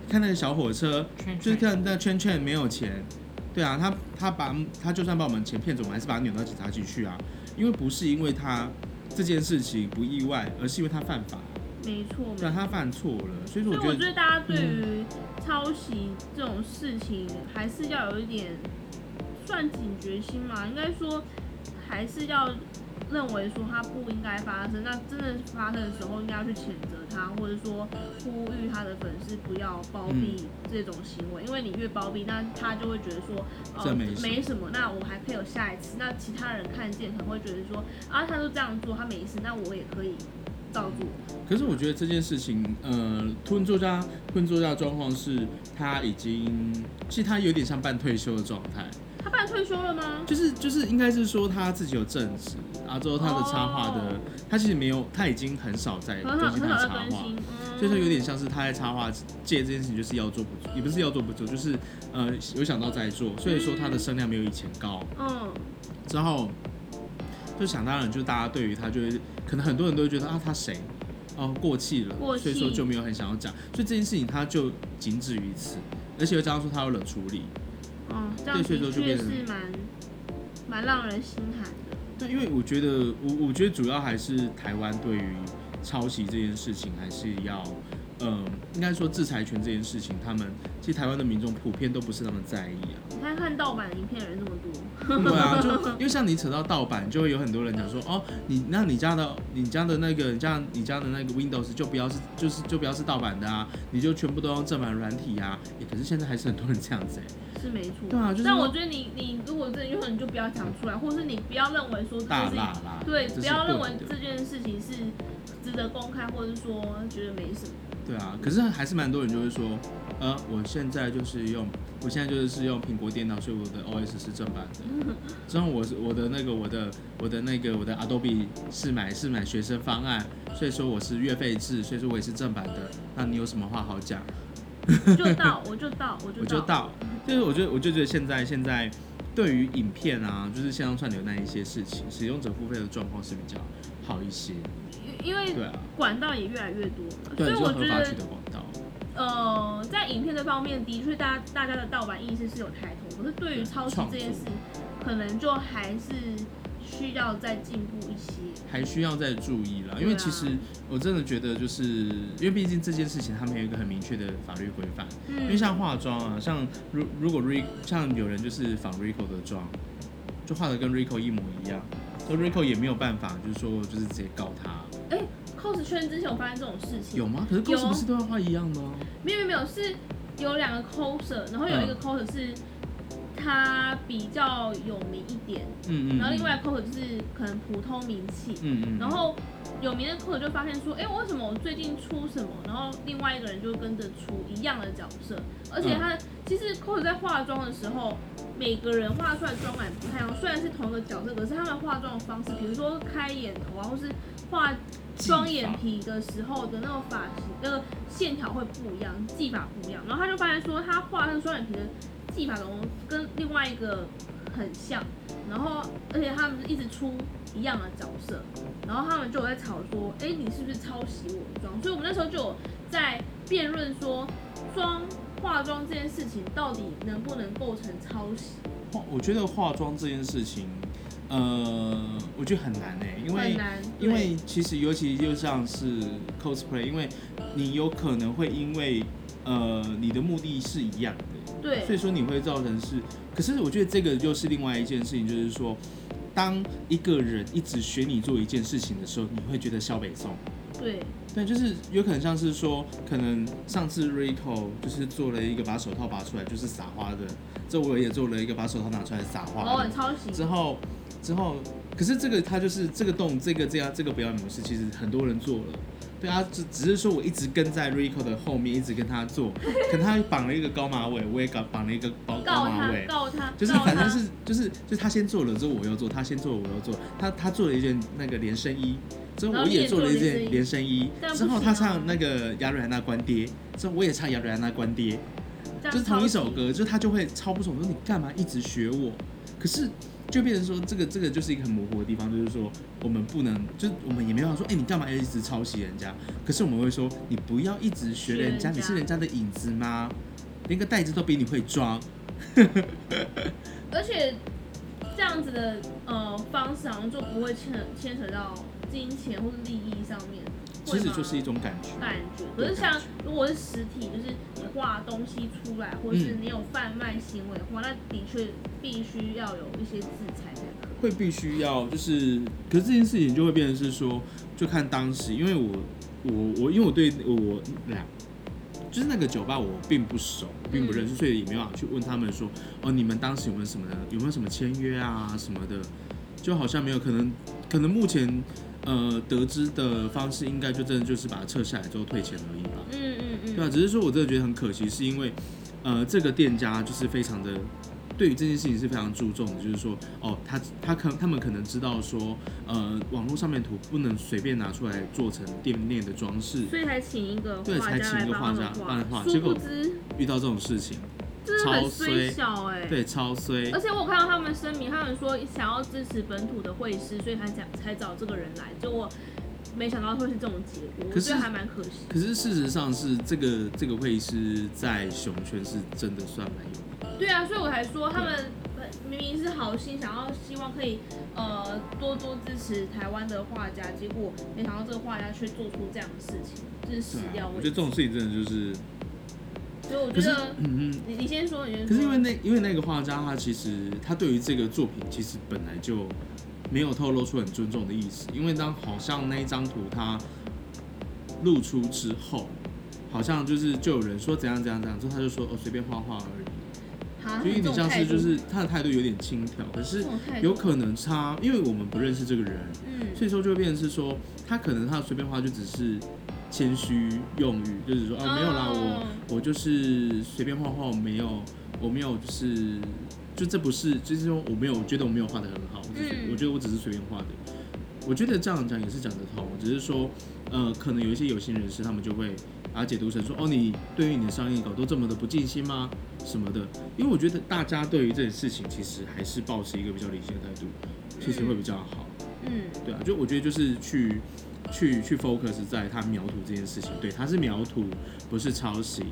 Speaker 1: 看那个小火车，
Speaker 5: 圈
Speaker 1: 就是
Speaker 5: 圈
Speaker 1: 看那圈圈没有钱，对啊，他他把他就算把我们钱骗走，我们还是把他扭到警察局去啊，因为不是因为他这件事情不意外，而是因为他犯法，
Speaker 4: 没错，没
Speaker 1: 对啊，
Speaker 4: 错。
Speaker 1: 他犯错了，所以说
Speaker 4: 所以
Speaker 1: 我
Speaker 4: 我
Speaker 1: 觉得
Speaker 4: 觉
Speaker 1: 嗯
Speaker 4: 得大家对于抄袭这种事情，还是要有一点算警觉心嘛，应该说还是要认为说它不应该发生。那真的发生的时候，应该要去谴责它，或者说呼吁他的粉丝不要包
Speaker 1: 嗯
Speaker 4: 庇这种行为，因为你越包庇，那他就会觉得说，
Speaker 1: 这
Speaker 4: 呃，
Speaker 1: 没什么
Speaker 4: 没什么，那我还可以有下一次。那其他人看见可能会觉得说，啊，他都这样做，他没事，那我也可以照做。
Speaker 1: 可是我觉得这件事情，呃，突然作家，突然作家的状况是他已经，其实他有点像半退休的状态，
Speaker 4: 他办退休了吗？
Speaker 1: 就是就是应该是说他自己有正职，啊，之后他的插画的，
Speaker 4: 哦
Speaker 1: 他其实没有，他已经很少在
Speaker 4: 很
Speaker 1: 更
Speaker 4: 好，
Speaker 1: 新
Speaker 4: 很
Speaker 1: 他
Speaker 4: 好
Speaker 1: 的
Speaker 4: 在
Speaker 1: 插
Speaker 4: 更
Speaker 1: 画。
Speaker 4: 新，
Speaker 1: 所以说有点像是他在插画界这件事情就是要做不做，也不是要做不做，就是呃有想到在做，所以说他的声量没有以前高。
Speaker 4: 嗯，
Speaker 1: 之后就想当然，就大家对于他就会，可能很多人都会觉得啊，他谁？哦，过气了，
Speaker 4: 过
Speaker 1: 所以
Speaker 4: 气
Speaker 1: 说就没有很想要讲，所以这件事情他就仅止于此，而且又加上说他有冷处理，
Speaker 4: 哦，这样
Speaker 1: 对所以说
Speaker 4: 的
Speaker 1: 就
Speaker 4: 确
Speaker 1: 变成
Speaker 4: 是蛮蛮让人心寒的。
Speaker 1: 那因为我觉得，我我觉得主要还是台湾对于抄袭这件事情，还是要，嗯、应该说制裁权这件事情，他们其实台湾的民众普遍都不是那么在意啊。
Speaker 4: 你看看盗版影片的人这么 多，
Speaker 1: 对啊，就因为像你扯到盗版，就会有很多人讲说，哦，你那你家的你家的那个你家你家的那个 Windows 就不要是就是就不要是盗版的啊，你就全部都用正版软体啊、诶可是现在还是很多人这样子哎、
Speaker 4: 是没错。
Speaker 1: 对啊就是
Speaker 4: 但我觉得你你如果真的用，你就不要讲出来，或是你不要认为说这
Speaker 1: 大
Speaker 4: 件事
Speaker 1: 辣
Speaker 4: 情，
Speaker 1: 啦，
Speaker 4: 对，
Speaker 1: 这是
Speaker 4: 不要认为
Speaker 1: 不能的
Speaker 4: 这件事情是值得公开，或者说觉得没什么。
Speaker 1: 对啊，可是还是蛮多人就会说，呃，我现在就是用，我现在就是用苹果电脑，所以我的 OS 是正版的。 之后我是我的那个我的我的那个我的 Adobe 是买是买学生方案，所以说我是月费制，所以说我也是正版的。那你有什么话好讲？
Speaker 4: 就到，我就到，我就
Speaker 1: 我就
Speaker 4: 到。
Speaker 1: 到，就是我觉得我就觉得现在现在对于影片啊，就是线上串流那一些事情，使用者付费的状况是比较好一些。
Speaker 4: 因
Speaker 1: 对
Speaker 4: 因为
Speaker 1: 啊，
Speaker 4: 管道也越来越多了，所
Speaker 1: 对，
Speaker 4: 以
Speaker 1: 就
Speaker 4: 我
Speaker 1: 合
Speaker 4: 觉
Speaker 1: 法
Speaker 4: 得
Speaker 1: 取得广告。
Speaker 4: 呃，在影片这方面，的确大大家的盗版意识是有抬头，可是对于抄袭这件事，可能就还是需要再进步一些。
Speaker 1: 还需要再注意啦，因为
Speaker 4: 对啊
Speaker 1: 其实我真的觉得，就是因为毕竟这件事情，他们有一个很明确的法律规范。因为
Speaker 4: 嗯，
Speaker 1: 像化妆啊，像如如果 Rico 像有人就是仿 Rico 的妆，就画的跟 Rico 一模一样，所以 Rico 也没有办法，就是说就是直接告他，
Speaker 4: 哎、c o s 圈之前有发生这种事情，
Speaker 1: 有吗？可是 cos
Speaker 4: 有
Speaker 1: 不是都要画一样的哦。
Speaker 4: 没有没有没有，是有两个 coser，然后有一个 coser 是他比较有名一点，
Speaker 1: 嗯嗯。
Speaker 4: 然后另外 coser 就是可能普通名气，
Speaker 1: 嗯，嗯嗯。
Speaker 4: 然后有名的 coser 就发现说，哎、为什么我最近出什么？然后另外一个人就跟着出一样的角色，而且他、其实 coser 在化妆的时候，每个人画出来的妆感不太一样，虽然是同一个角色，可是他们化妆的方式，比如说开眼头啊，或是画双眼皮的时候的那个发型，那个线条会不一样，技法不一样。然后他就发现说，他画那个双眼皮的技法怎么跟另外一个很像，然后而且他们一直出一样的角色，然后他们就有在吵说，哎，你是不是抄袭我的妆？所以我们那时候就有在辩论说，妆化妆这件事情到底能不能构成抄袭？
Speaker 1: 化我觉得化妆这件事情，呃，我觉得很难诶、因
Speaker 4: 很
Speaker 1: 为
Speaker 4: 难，
Speaker 1: 因为其实尤其就像是 cosplay，因为你有可能会因为呃你的目的是一样的，
Speaker 4: 对
Speaker 1: 所以
Speaker 4: 对
Speaker 1: 说你会造成是，可是我觉得这个又是另外一件事情，就是说。当一个人一直学你做一件事情的时候，你会觉得萧北宋，
Speaker 4: 对
Speaker 1: 对，就是有可能像是说，可能上次 Rico 就是做了一个把手套拔出来就是撒花的，这我也做了一个把手套拿出来撒花的，
Speaker 4: 偶尔抄袭，
Speaker 1: 之后之后，可是这个它就是这个动这个这样这个表演模式，其实很多人做了。对啊，只只是说我一直跟在 Rico 的后面，一直跟他做，可他绑了一个高马尾，我也搞绑了一个高高
Speaker 4: 告
Speaker 1: 马
Speaker 4: 他
Speaker 1: 尾，
Speaker 4: 告他，
Speaker 1: 就是
Speaker 4: 告
Speaker 1: 反
Speaker 4: 他
Speaker 1: 正是就是就是他先做了之后我又做，他先做了我又做，他他做了一件那个连身衣，之后
Speaker 4: 然
Speaker 1: 我
Speaker 4: 后你也
Speaker 1: 也做了一
Speaker 4: 做
Speaker 1: 件
Speaker 4: 连身衣
Speaker 1: 连身衣
Speaker 4: 这，样
Speaker 1: 之
Speaker 4: 不
Speaker 1: 后
Speaker 4: 行
Speaker 1: 他
Speaker 4: 啊
Speaker 1: 唱那个雅瑞安娜关爹，之后我也唱雅瑞安娜关爹，
Speaker 4: 这样
Speaker 1: 就是同一首
Speaker 4: 超级
Speaker 1: 歌，就他就会超不爽，说你干嘛一直学我？可是就变成说，这个这个就是一个很模糊的地方，就是说我们不能，就是我们也没办法说，哎、你干嘛要一直抄袭人家？可是我们会说，你不要一直学人家，
Speaker 4: 学人家
Speaker 1: 你是人家的影子吗？连个袋子都比你会装，
Speaker 4: 而且这样子的呃方式好像就不会牵牵扯到金钱或者利益上面，
Speaker 1: 其实
Speaker 4: 会吗
Speaker 1: 就是一种感觉。
Speaker 4: 感觉。可是像如果是实体，就是你画东西出来，或者
Speaker 1: 嗯
Speaker 4: 是你有贩卖行为的话，那的确必须要有一些制裁才可
Speaker 1: 会
Speaker 4: 以。
Speaker 1: 必须要就是，可是这件事情就会变成是说，就看当时，因为我我我因为我对我俩。就是那个酒吧，我并不熟，并不认识，所以也没办法去问他们说，哦，你们当时有没有什么有没有什么签约啊什么的，就好像没有，可能可能目前呃得知的方式，应该就真的就是把它撤下来之后退钱而已吧。
Speaker 4: 嗯嗯嗯，
Speaker 1: 对啊，只是说我真的觉得很可惜，是因为，呃，这个店家就是非常的对于这件事情是非常注重的，就是说，哦，他他可他们可能知道说，呃，网络上面图不能随便拿出来做成店面的装饰，
Speaker 4: 所以才请一个
Speaker 1: 对
Speaker 4: 画
Speaker 1: 才
Speaker 4: 家
Speaker 1: 请一
Speaker 4: 来
Speaker 1: 个
Speaker 4: 帮
Speaker 1: 画
Speaker 4: 他
Speaker 1: 家
Speaker 4: 们
Speaker 1: 帮他画
Speaker 4: 画，
Speaker 1: 结
Speaker 4: 殊
Speaker 1: 果
Speaker 4: 不知
Speaker 1: 遇到这种事情，
Speaker 4: 真的
Speaker 1: 超
Speaker 4: 很
Speaker 1: 衰
Speaker 4: 虽小哎、
Speaker 1: 对，超衰，
Speaker 4: 而且我有看到他们声明，他们说想要支持本土的会师，所以才想才找这个人来。结果没想到会是这种结果，
Speaker 1: 可
Speaker 4: 我
Speaker 1: 是
Speaker 4: 觉得还蛮可惜。
Speaker 1: 可是事实上是这个这个会议师在熊圈是真的算蛮有名的，
Speaker 4: 对啊，所以我才说他们明明是好心，想要希望可以呃多多支持台湾的画家，结果没想到这个画家却做出这样的事情，就是死
Speaker 1: 对
Speaker 4: 掉
Speaker 1: 啊，我
Speaker 4: 为
Speaker 1: 觉
Speaker 4: 止
Speaker 1: 得这种事情真的就是，
Speaker 4: 所以我
Speaker 1: 可
Speaker 4: 觉
Speaker 1: 是
Speaker 4: 得，
Speaker 1: 嗯嗯。
Speaker 4: 你你先说，你先说。
Speaker 1: 可是因为那因为那个画家，他其实他对于这个作品其实本来就没有透露出很尊重的意思，因为当好像那一张图他露出之后，好像就是就有人说怎样怎样怎样，之后他就说哦随便画画而已，
Speaker 4: 好
Speaker 1: 就有点像是就，
Speaker 4: 啊这种态
Speaker 1: 是他的态度有点轻佻，可
Speaker 4: 度这
Speaker 1: 是
Speaker 4: 种态度
Speaker 1: 有可能他因为我们不认识这个人，
Speaker 4: 嗯，
Speaker 1: 所以说就会变成是说他可能他的随便画就只是。谦虚用语就是说啊，没有啦，我
Speaker 4: 哦
Speaker 1: 我就是随便画画，我没有，我没有，就是就这不是，就是说我没有，我觉得我没有画的很好，我只是
Speaker 4: 嗯
Speaker 1: 我觉得我只是随便画的。我觉得这样讲也是讲得通，只是说，呃，可能有一些有心人士，他们就会把它解读成说，哦，你对于你的商业稿都这么的不尽心吗？什么的？因为我觉得大家对于这件事情，其实还是保持一个比较理性的态度，其实会比较好。
Speaker 4: 嗯，
Speaker 1: 对啊，就我觉得就是去去去 focus 在他描图这件事情，对，他是描图，不是抄袭。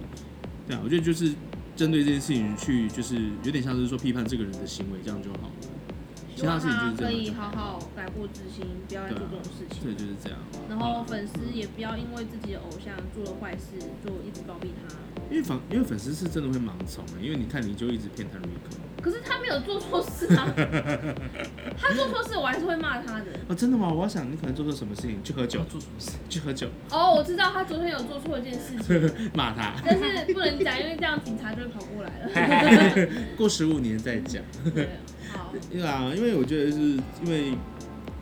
Speaker 1: 对啊，我觉得就是针对这件事情去，就是有点像是说批判这个人的行为，这样就好了。其
Speaker 4: 希
Speaker 1: 他
Speaker 4: 望
Speaker 1: 事情
Speaker 4: 他
Speaker 1: 就是这
Speaker 4: 可以
Speaker 1: 样
Speaker 4: 好好改过自新，不要再做这种事
Speaker 1: 对，
Speaker 4: 情。
Speaker 1: 就是这样。啊
Speaker 4: 然后粉丝也不要因为自己的偶像做了坏事就一直包庇他，
Speaker 1: 因为粉因为粉丝是真的会盲从啊的，因为你看你就一直骗他 Rico
Speaker 4: 可是他没有做错事 啊，他做错事我还是会骂他的。
Speaker 1: 哦，真的吗？我要想你可能做错什么事情，去喝酒，
Speaker 5: 做什么事？
Speaker 1: 去喝酒，
Speaker 4: 哦，我知道他昨天有做错一件事 情，
Speaker 1: 骂他。
Speaker 4: 但是不能讲，因为这样警察就会跑过来了。
Speaker 1: 过十五年再讲。
Speaker 4: 对，好，
Speaker 1: 对啊，因为我觉得是因为，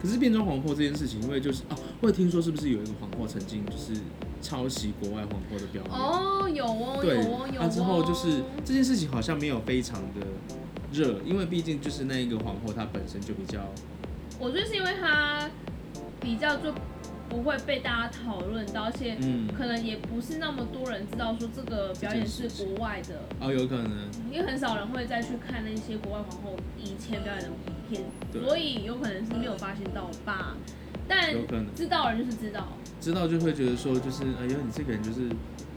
Speaker 1: 可是变装皇后这件事情，因为就是哦，我有听说是不是有一个皇后曾经就是抄袭国外皇后的表演？
Speaker 4: 哦，有哦，有
Speaker 1: 对，
Speaker 4: 哦，有
Speaker 1: 那
Speaker 4: 哦。
Speaker 1: 之后就是这件事情好像没有非常的热，因为毕竟就是那一个皇后她本身就比较
Speaker 4: 我觉得是因为他比较就不会被大家讨论到，而且
Speaker 1: 嗯
Speaker 4: 可能也不是那么多人知道说这个表演是国外的，
Speaker 1: 哦，有可能
Speaker 4: 因为很少人会再去看那些国外皇后以前表演的影片，
Speaker 1: 对
Speaker 4: 所以有可能是没有发现到吧。但
Speaker 1: 有可能
Speaker 4: 知道的人就是知道，
Speaker 1: 知道就会觉得说就是哎呦你这个人就是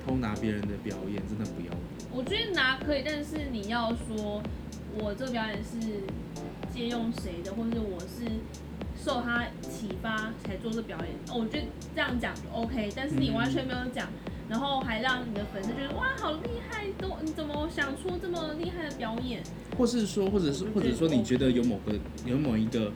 Speaker 1: 偷拿别人的表演，真的不要脸。
Speaker 4: 我觉得拿可以，但是你要说我这个表演是借用谁的，或者我是受他启发才做这表演，哦，我觉得这样讲就 OK。但是你完全没有讲，然后还让你的粉丝觉得哇好厉害，都你怎么想出这么厉害的表演？
Speaker 1: 或是说，或者是
Speaker 4: 我觉得
Speaker 1: 或者说，
Speaker 4: OK
Speaker 1: 你觉得有某个有某一个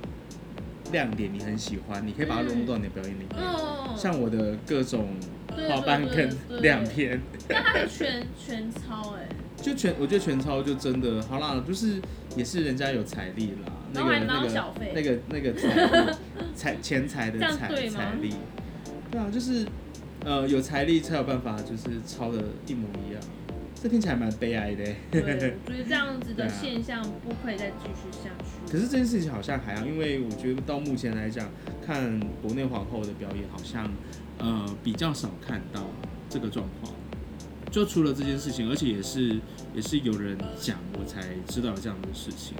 Speaker 1: 亮点你很喜欢，你可以把它融入到你的表演里面。
Speaker 4: 嗯，
Speaker 1: 像我的各种
Speaker 4: 对
Speaker 1: 花瓣
Speaker 4: 对对
Speaker 1: 跟
Speaker 4: 对对
Speaker 1: 亮片，
Speaker 4: 但他是全全抄哎、
Speaker 1: 就全我觉得全超就真的好啦，就是也是人家有财力啦，那
Speaker 4: 然后
Speaker 1: 个
Speaker 4: 还
Speaker 1: 那
Speaker 4: 拿到
Speaker 1: 个
Speaker 4: 小费
Speaker 1: 那个那 个财力财钱财的
Speaker 4: 这样
Speaker 1: 财
Speaker 4: 对吗
Speaker 1: 财力，对啊，就是呃有财力才有办法就是抄的一模一样，这听起来蛮悲哀的欸。
Speaker 4: 对，我觉得这样子
Speaker 1: 对
Speaker 4: 的
Speaker 1: 啊
Speaker 4: 现象不可以再继续下去。
Speaker 1: 可是这件事情好像还好，因为我觉得到目前来讲，看国内皇后的表演好像呃比较少看到这个状况。就除了这件事情，而且也是也是有人讲我才知道有这样的事情，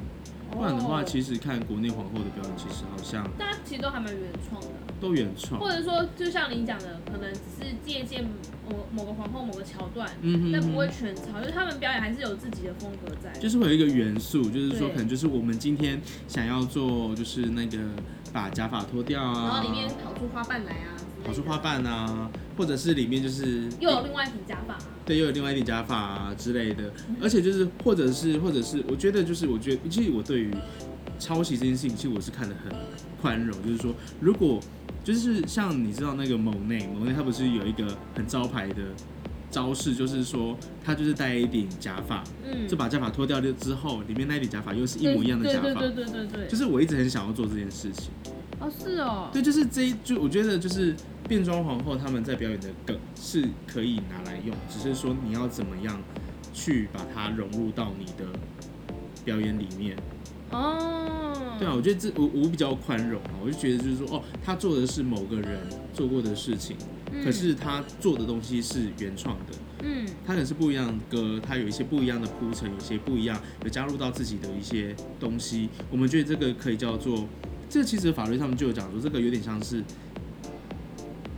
Speaker 1: 不然的话，其
Speaker 4: 实
Speaker 1: 实看国内皇后的表演，其实好像
Speaker 4: 哦大家其实都还蛮原创的，
Speaker 1: 都原创
Speaker 4: 或。者说就像您讲的，可能只是借鉴某某个皇后某个桥段，
Speaker 1: 嗯哼
Speaker 4: 但不会全抄，就是他们表演还是有自己的风格在。
Speaker 1: 就是会有一个元素，就是说
Speaker 4: 对
Speaker 1: 可能就是我们今天想要做，就是那个把假发脱掉
Speaker 4: 然
Speaker 1: 啊
Speaker 4: 后里，面跑出花瓣来啊，之类的
Speaker 1: 跑出花，瓣啊，或者是里面就是
Speaker 4: 又有另外一顶假发啊，
Speaker 1: 对，又有另外一点假发啊之类的，而且就是或者是或者是，我觉得就是我觉得，其实我对于抄袭这件事情，其实我是看得很宽容，就是说如果就是像你知道那个某内，某内他不是有一个很招牌的招式，就是说他就是戴一顶假发，
Speaker 4: 嗯，
Speaker 1: 就把假发脱掉了之后，里面那一顶假发又是一模一样的假
Speaker 4: 对对
Speaker 1: 发，
Speaker 4: 对对对对，
Speaker 1: 就是是我一直很想要做这件事情。
Speaker 4: 哦是哦，
Speaker 1: 对，就是这一就我觉得就是变装皇后他们在表演的梗是可以拿来用，只是说你要怎么样去把它融入到你的表演里面。
Speaker 4: 哦，
Speaker 1: 对啊，我觉得这我我比较宽容啊，我就觉得就是说哦，他做的是某个人做过的事情，
Speaker 4: 嗯
Speaker 1: 可是他做的东西是原创的，
Speaker 4: 嗯
Speaker 1: 它可能是不一样的歌，它有一些不一样的铺陈，有些不一样，有加入到自己的一些东西。我们觉得这个可以叫做，这其实法律上面就有讲说，这个有点像是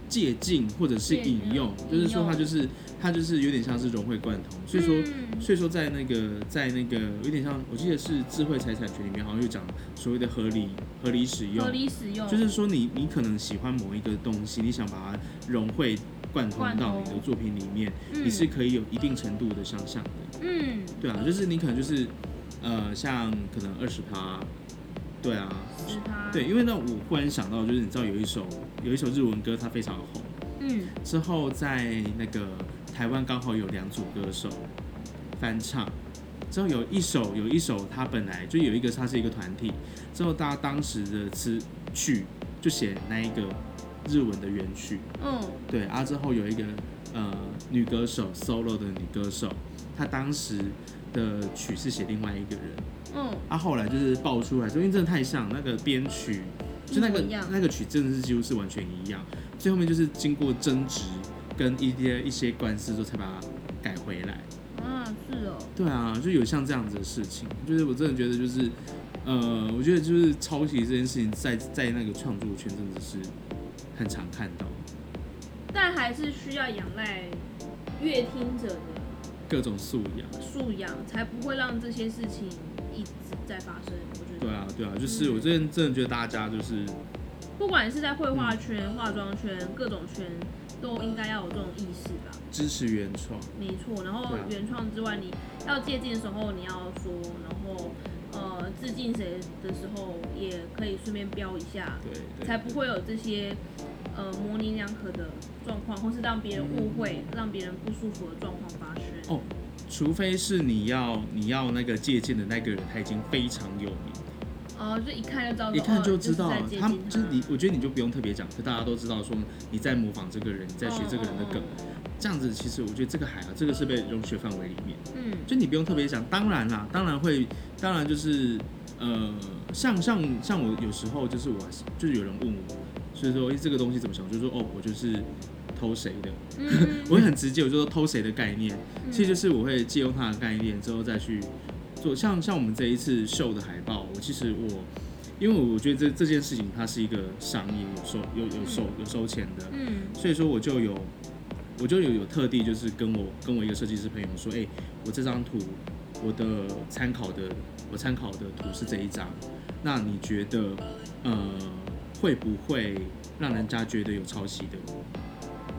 Speaker 1: 借镜或者是引用，
Speaker 4: 借
Speaker 1: 就是说它
Speaker 4: 嗯引用
Speaker 1: 就是它就是有点像是融会贯通。所以说，
Speaker 4: 嗯
Speaker 1: 所以说在那个在那个有点像，我记得是智慧财产权里面好像有讲所谓的合理合理使用
Speaker 4: 合，理使用，嗯
Speaker 1: 就是说你你可能喜欢某一个东西，你想把它融会贯通
Speaker 4: 贯
Speaker 1: 到
Speaker 4: 通
Speaker 1: 你的作品里面。
Speaker 4: 嗯
Speaker 1: 你是可以有一定程度的想象的。
Speaker 4: 嗯
Speaker 1: 对啊，就是你可能就是，呃，像可能二十趴，对啊，
Speaker 4: 十趴，
Speaker 1: 对，，因为呢，我忽然想到，就是你知道有一首有一首日文歌，它非常红，
Speaker 4: 嗯
Speaker 1: 之后在那个台湾刚好有两组歌手翻唱。之后有一首有一首，它本来就有一个，它是一个团体。之后大家当时的词曲就写那一个日文的原曲，
Speaker 4: 嗯
Speaker 1: 对，啊之后有一个呃女歌手 solo 的女歌手，她当时的曲是写另外一个人，
Speaker 4: 嗯，
Speaker 1: 啊后来就是爆出来说，因为真的太像那个编曲，就那个
Speaker 4: 一模一样
Speaker 1: 那个曲真的是几乎是完全一样，最后面就是经过争执跟一些一些官司之后才把它改回来。
Speaker 4: 啊是哦，
Speaker 1: 对啊，就有像这样子的事情，就是我真的觉得就是，呃，我觉得就是抄袭这件事情在在那个创作圈真的是很常看到
Speaker 4: 但还是需要仰赖乐听者的
Speaker 1: 各种素养。
Speaker 4: 素养，才不会让这些事情一直在发生。我觉得，
Speaker 1: 对啊，对啊，就是我真的真的觉得大家就是
Speaker 4: 不管是在绘
Speaker 1: 嗯
Speaker 4: 画圈、化妆圈、各种圈，都应该要有这种意识吧。
Speaker 1: 支持原创，
Speaker 4: 没错，然后
Speaker 1: 对啊
Speaker 4: 原创之外，你要借鉴的时候你要说，然后呃致敬谁的时候也可以顺便标一下，
Speaker 1: 对，对
Speaker 4: 才不会有这些呃模棱两可的状况，或是让别人误会、让别人不舒服的状况发生。
Speaker 1: 嗯哦，除非是你要你要那个借鉴的那个人，他已经非常有名，
Speaker 4: 哦，就一看就知道说，
Speaker 1: 一看
Speaker 4: 哦
Speaker 1: 就知道
Speaker 4: 是
Speaker 1: 了
Speaker 4: 在接。近
Speaker 1: 他
Speaker 4: 他
Speaker 1: 就是你，我觉得你就不用特别讲，就大家都知道说你在模仿这个人，你在学这个人的梗
Speaker 4: 嗯。
Speaker 1: 这样子其实我觉得这个还好，这个是被容许范围里面，
Speaker 4: 嗯
Speaker 1: 就你不用特别讲。当然啦，当然会，当然就是呃，像像像我有时候就是我还是就是有人问我，所以说诶这个东西怎么想，我就说哦，我就是偷谁的，
Speaker 4: 嗯，
Speaker 1: 我会很直接，我就说偷谁的概念， 其实就是我会借用它的概念之后再去做。像像我们这一次秀的海报，我其实我因为我觉得这这件事情它是一个商业，有收有有收有收钱的，
Speaker 4: 嗯
Speaker 1: 所以说我就有我就有有特地就是跟我跟我一个设计师朋友说，哎、我这张图我的参考的我参考的图是这一张，那你觉得呃会不会让人家觉得有抄袭的？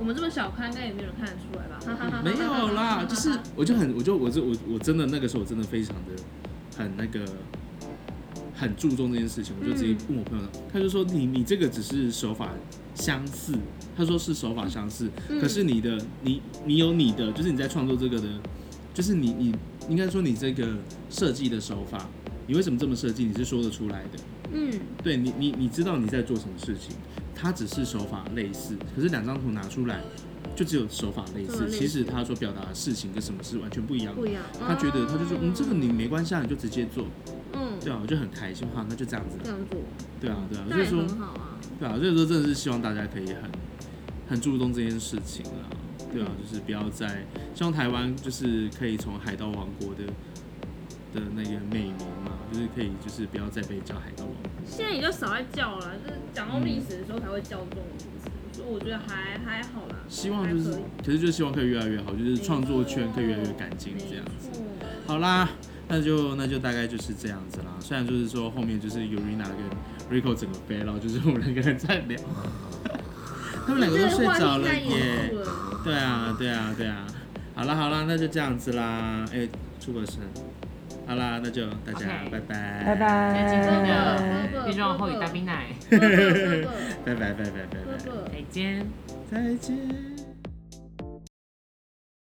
Speaker 4: 我们这么小看，应该也没有人看得出来吧？哈哈哈哈哈哈
Speaker 1: 嗯没有啦，就是我就很，我就我就我我真的那个时候我真的非常的很那个很注重这件事情，我就直接问我朋友，他就说你你这个只是手法相似，他说是手法相似，
Speaker 4: 嗯
Speaker 1: 可是你的你你有你的，就是你在创作这个的就是你你应该说你这个设计的手法，你为什么这么设计，你是说得出来的。
Speaker 4: 嗯，
Speaker 1: 对你，你你知道你在做什么事情，它只是手法类似，可是两张图拿出来就只有手法类
Speaker 4: 手法
Speaker 1: 似，
Speaker 4: 类似
Speaker 1: 其实他所表达的事情跟什么是完全不一样
Speaker 4: 不
Speaker 1: 的。
Speaker 4: 一样。
Speaker 1: 他觉得他就说，嗯，这个你没关系，啊，你就直接做，
Speaker 4: 嗯
Speaker 1: 对啊，我就很开心，好，那就这样子，
Speaker 4: 这样做，
Speaker 1: 对啊，对啊，所
Speaker 4: 那
Speaker 1: 以
Speaker 4: 也
Speaker 1: 说，
Speaker 4: 很好啊。
Speaker 1: 对啊，所以说真的是希望大家可以很很注重这件事情啦，对啊，就是不要再希望台湾就是可以从海盗王国的的那个美名嘛，就是可以就是不要再被叫海盗王国。
Speaker 4: 现在也就少在叫了，就是讲到历史的时候才会叫这种名字，所以我觉得还还好啦。
Speaker 1: 希望就是
Speaker 4: 还可以，
Speaker 1: 可是就希望可以越来越好，就是创作圈可以越来越干净这样子。好啦，那就那就大概就是这样子啦。虽然就是说后面就是 Urina 跟 Rico 整个飞了，就是我们两个人在 聊，他们两个都睡着了耶
Speaker 4: 这个话题太严肃。了
Speaker 1: 对啊，对啊，对啊。好啦，好啦，那就这样子啦。哎、出个声。好啦，那就大家
Speaker 5: OK
Speaker 1: 拜拜，
Speaker 6: 拜
Speaker 5: 那今天的
Speaker 4: 拜
Speaker 5: 变装后与大冰奶，
Speaker 4: 哥哥哥哥
Speaker 1: 拜拜，拜拜，拜拜，
Speaker 4: 哥哥
Speaker 5: 再见。
Speaker 1: 再见。